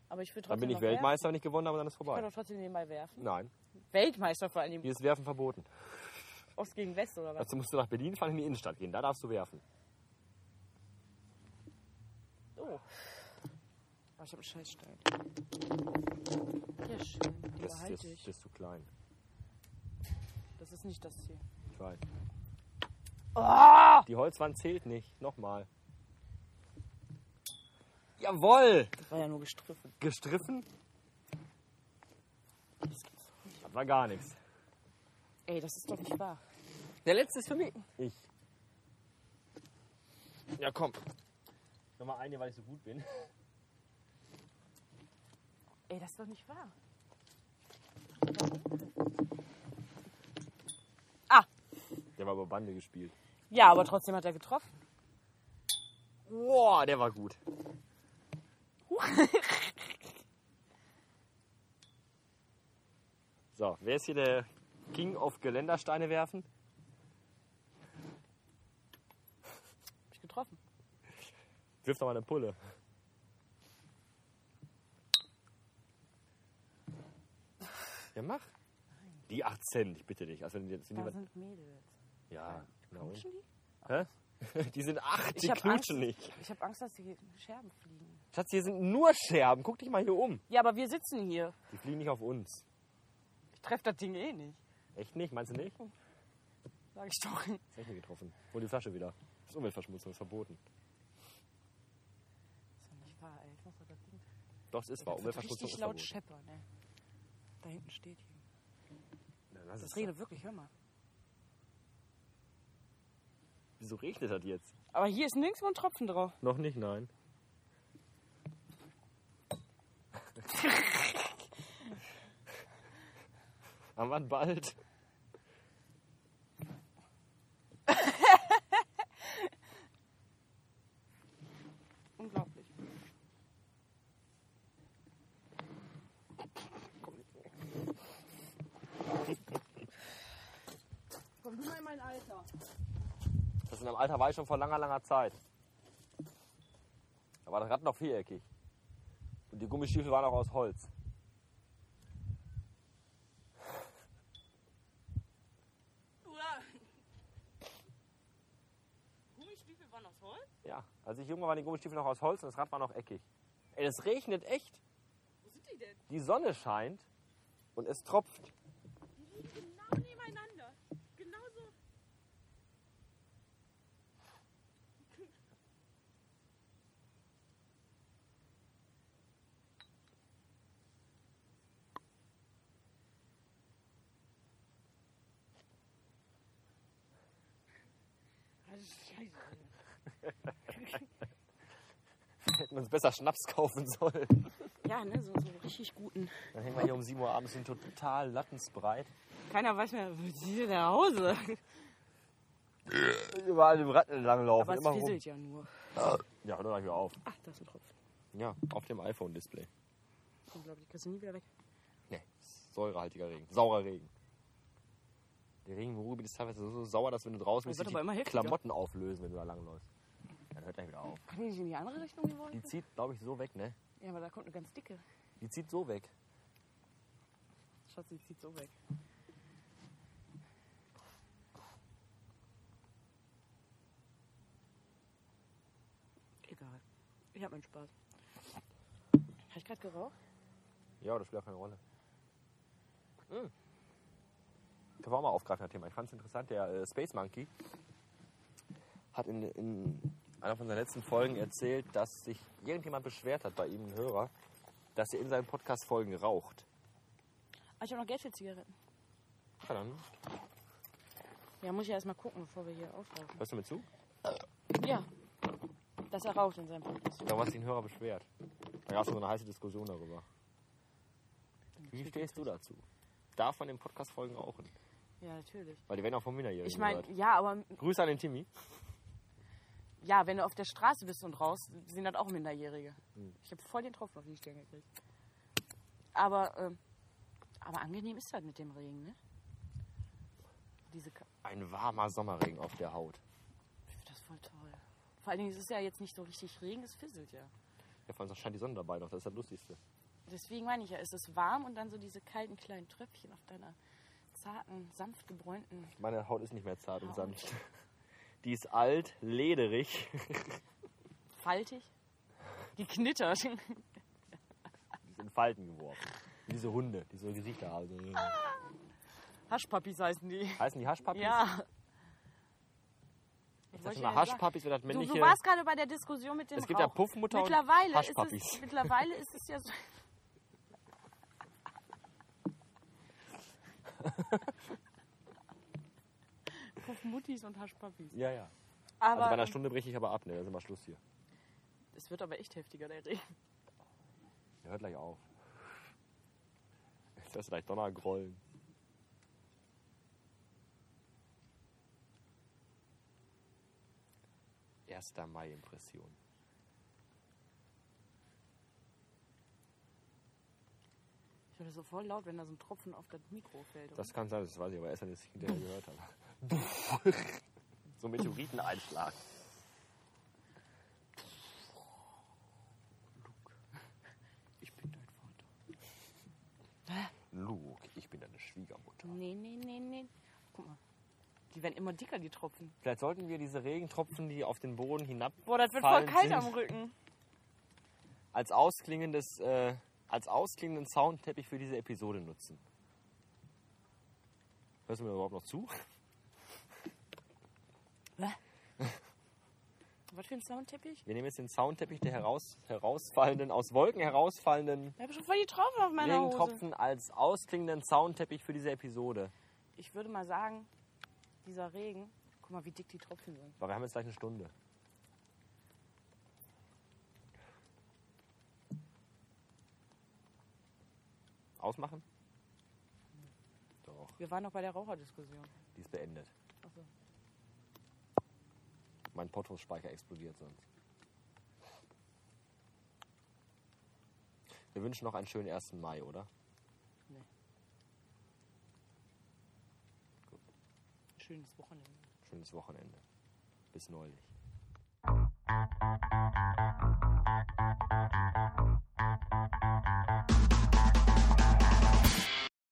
S1: Aber ich will trotzdem
S2: Dann bin ich
S1: noch
S2: Weltmeister, wenn ich gewonnen habe, dann ist
S1: Werfen. Ich
S2: vorbei.
S1: kann doch trotzdem nebenbei werfen.
S2: Nein,
S1: Weltmeister vor allem.
S2: hier ist Werfen verboten.
S1: Ost gegen West oder was?
S2: Dazu musst du nach Berlin fahren, in die Innenstadt gehen. Da darfst du werfen.
S1: Oh. Oh, ich hab einen Scheißstein. Ja, schön. Den
S2: Das, das,
S1: behalte
S2: das
S1: ich.
S2: ist zu klein.
S1: Das ist nicht das Ziel.
S2: Ich weiß. Die Holzwand zählt nicht. Nochmal. Jawoll!
S1: Das war ja nur gestriffen.
S2: Gestriffen? Das war gar nichts.
S1: Ey, das ist doch nicht wahr.
S2: Der letzte ist für mich. Ich. Ja, komm. Nochmal eine, weil ich so gut bin.
S1: Ey, das ist doch nicht wahr.
S2: Der war über Bande gespielt.
S1: Ja, aber trotzdem hat er getroffen.
S2: Boah, der war gut. so, wer ist hier der King of Geländersteine werfen?
S1: Hab ich getroffen.
S2: Wirf doch mal eine Pulle. Ja, mach. Die 8 Cent, ich bitte dich. Also, wenn jetzt
S1: Da
S2: jemand,
S1: sind Mädels.
S2: ja, genau.
S1: Knutschen die?
S2: Hä? *laughs* Die sind 8, die
S1: Ich hab
S2: knutschen
S1: Angst.
S2: nicht.
S1: Ich habe Angst, dass die Scherben fliegen.
S2: Schatz, hier sind nur Scherben. Guck dich mal hier um.
S1: Ja, aber wir sitzen hier.
S2: Die fliegen nicht auf uns.
S1: Ich treffe das Ding eh nicht.
S2: Echt nicht? Meinst du nicht?
S1: Sag ich doch.
S2: Ist echt nicht getroffen. Hol die Flasche wieder. Das ist Umweltverschmutzung, ist verboten.
S1: Das ist doch nicht wahr, ey. Ich muss doch das Ding.
S2: Doch, es ist wahr.
S1: Das wird
S2: Umweltverschmutzung
S1: richtig
S2: ist
S1: laut
S2: verboten.
S1: scheppern, ey. Da hinten steht hier.
S2: Dann lass
S1: Das
S2: es.
S1: redet wirklich, hör mal.
S2: Wieso regnet das jetzt?
S1: Aber hier ist nirgendwo ein Tropfen drauf.
S2: Noch nicht, nein. Aber wann bald?
S1: Unglaublich. Komm du mal in mein Alter.
S2: Das in einem Alter war ich schon vor langer, langer Zeit. Da war das Rad noch viereckig. Und die Gummistiefel waren auch aus Holz.
S1: Oder? Gummistiefel waren aus Holz?
S2: Ja, als ich jung war, waren die Gummistiefel noch aus Holz und das Rad war noch eckig. Ey, es regnet echt.
S1: Wo sind die denn?
S2: Die Sonne scheint und es tropft.
S1: Die liegen genau nebeneinander. Genauso. Das ist scheiße.
S2: Wir hätten uns besser Schnaps *laughs* kaufen sollen.
S1: Ja, ne, so, so richtig guten.
S2: Dann hängen wir hier um 7 Uhr abends sind total lattensbreit.
S1: Keiner weiß mehr, wo sind denn nach Hause?
S2: Überall dem Rad entlanglaufen.
S1: Aber es
S2: Immer rum.
S1: fieselt ja nur.
S2: Ja, dann ich auf.
S1: Ach, das ist ein Tropfen.
S2: Ja, auf dem iPhone-Display.
S1: Unglaublich, kriegst du nie wieder weg.
S2: Nee, säurehaltiger Regen. Saurer Regen. Der Regen im Ruhrgebiet ist teilweise so, so sauer, dass wenn du draußen bist,
S1: wird
S2: sich
S1: aber immer
S2: die
S1: heftiger.
S2: Klamotten auflösen, wenn du da langläufst. Dann hört er wieder auf.
S1: Kann die nicht in die andere Richtung gewollt?
S2: Die zieht, glaube ich, so weg, ne?
S1: Ja, aber da kommt eine ganz dicke.
S2: Die zieht so weg.
S1: Schatz, die zieht so weg. Egal. Ich hab meinen Spaß. Habe ich gerade geraucht?
S2: Ja, das spielt auch keine Rolle. Mhm. Können wir auch mal aufgreifen, das Thema. Ich fand es interessant, der äh, Space Monkey hat in, in einer von seinen letzten Folgen erzählt, dass sich irgendjemand beschwert hat bei ihm, ein Hörer, dass er in seinen Podcast-Folgen raucht.
S1: Ah, ich habe noch Geld für Zigaretten.
S2: Ja, dann
S1: Ja, muss ich erst mal gucken, bevor wir hier aufrauchen.
S2: hörst du mir zu?
S1: Ja. Dass er raucht in seinem Podcast.
S2: Darum hat sich ein Hörer beschwert. Da gab es so eine heiße Diskussion darüber. Wie stehst du dazu? Darf man in Podcast-Folgen rauchen?
S1: Ja, natürlich.
S2: Weil die werden auch von Minderjährigen
S1: Ich meine,
S2: gehört.
S1: ja, aber
S2: Grüße an den Timmy.
S1: ja, wenn du auf der Straße bist und raus, sind das auch Minderjährige. Ich habe voll den Tropfen auf die Stirn gekriegt. Aber, ähm, aber angenehm ist das mit dem Regen, ne? Diese Ka
S2: Ein warmer Sommerregen auf der Haut.
S1: ich find das voll toll. Vor allen Dingen, es ist ja jetzt nicht so richtig Regen, es fisselt ja.
S2: Ja, vor allem da scheint die Sonne dabei noch, das ist das Lustigste.
S1: Deswegen meine ich ja, es ist warm und dann so diese kalten kleinen Tröpfchen auf deiner zarten, sanft gebräunten.
S2: Meine Haut ist nicht mehr zart und
S1: Haut.
S2: sanft. *laughs* Die ist alt, lederig.
S1: Faltig. Die knittert. *laughs*
S2: Die ist in Falten geworfen. Wie Diese Hunde, die so Gesichter haben.
S1: Haschpappis heißen die.
S2: Heißen die Haschpappis?
S1: Ja. Wollte ich
S2: Ich dachte mal,
S1: ja sagen.
S2: Haschpappis wäre das
S1: Du,
S2: männliche.
S1: du warst gerade bei der Diskussion mit dem
S2: Es gibt ja
S1: Rauch.
S2: Puffmutter und
S1: mittlerweile Ist
S2: Haschpappis.
S1: es, mittlerweile ist es ja so. *laughs* Puffmuttis und Haschpappis.
S2: ja, ja. Also
S1: Aber
S2: bei einer Stunde breche ich aber ab, ne? Dann ist immer Schluss hier.
S1: es wird aber echt heftiger, der Regen.
S2: Der hört gleich auf. Jetzt hörst du gleich Donnergrollen. Erster Mai-Impression.
S1: Ich höre das so voll laut, wenn da so ein Tropfen auf das Mikro fällt. oder?
S2: Das kann sein, das weiß ich aber halt erst, als ich es hinterher gehört habe. *laughs* so Meteoriteneinschlag.
S1: ich bin dein Vater.
S2: Luke, ich bin deine Schwiegermutter.
S1: Nee, nee, nee, nee. Guck mal. Die werden immer dicker, die Tropfen.
S2: Vielleicht sollten wir diese Regentropfen, die auf den Boden hinab
S1: Boah, das wird voll
S2: Fallen
S1: kalt
S2: sind.
S1: am Rücken.
S2: als ausklingendes, äh, als ausklingenden Soundteppich für diese Episode nutzen. Hörst du mir überhaupt noch zu?
S1: Was für ein Soundteppich?
S2: Wir nehmen jetzt den Soundteppich der heraus, herausfallenden, aus Wolken herausfallenden
S1: Da habe ich schon voll die Tropfen auf meiner Hose.
S2: Regentropfen als ausklingenden Soundteppich für diese Episode.
S1: Ich würde mal sagen, dieser Regen Guck mal, wie dick die Tropfen sind.
S2: Aber wir haben jetzt gleich eine Stunde. Ausmachen? Doch,
S1: Wir waren noch bei der Raucherdiskussion.
S2: die ist beendet.
S1: Achso.
S2: Mein Portospeicher explodiert sonst. Wir wünschen noch einen schönen 1. Mai, oder?
S1: Nee.
S2: Gut.
S1: Schönes Wochenende.
S2: Schönes Wochenende. Bis neulich.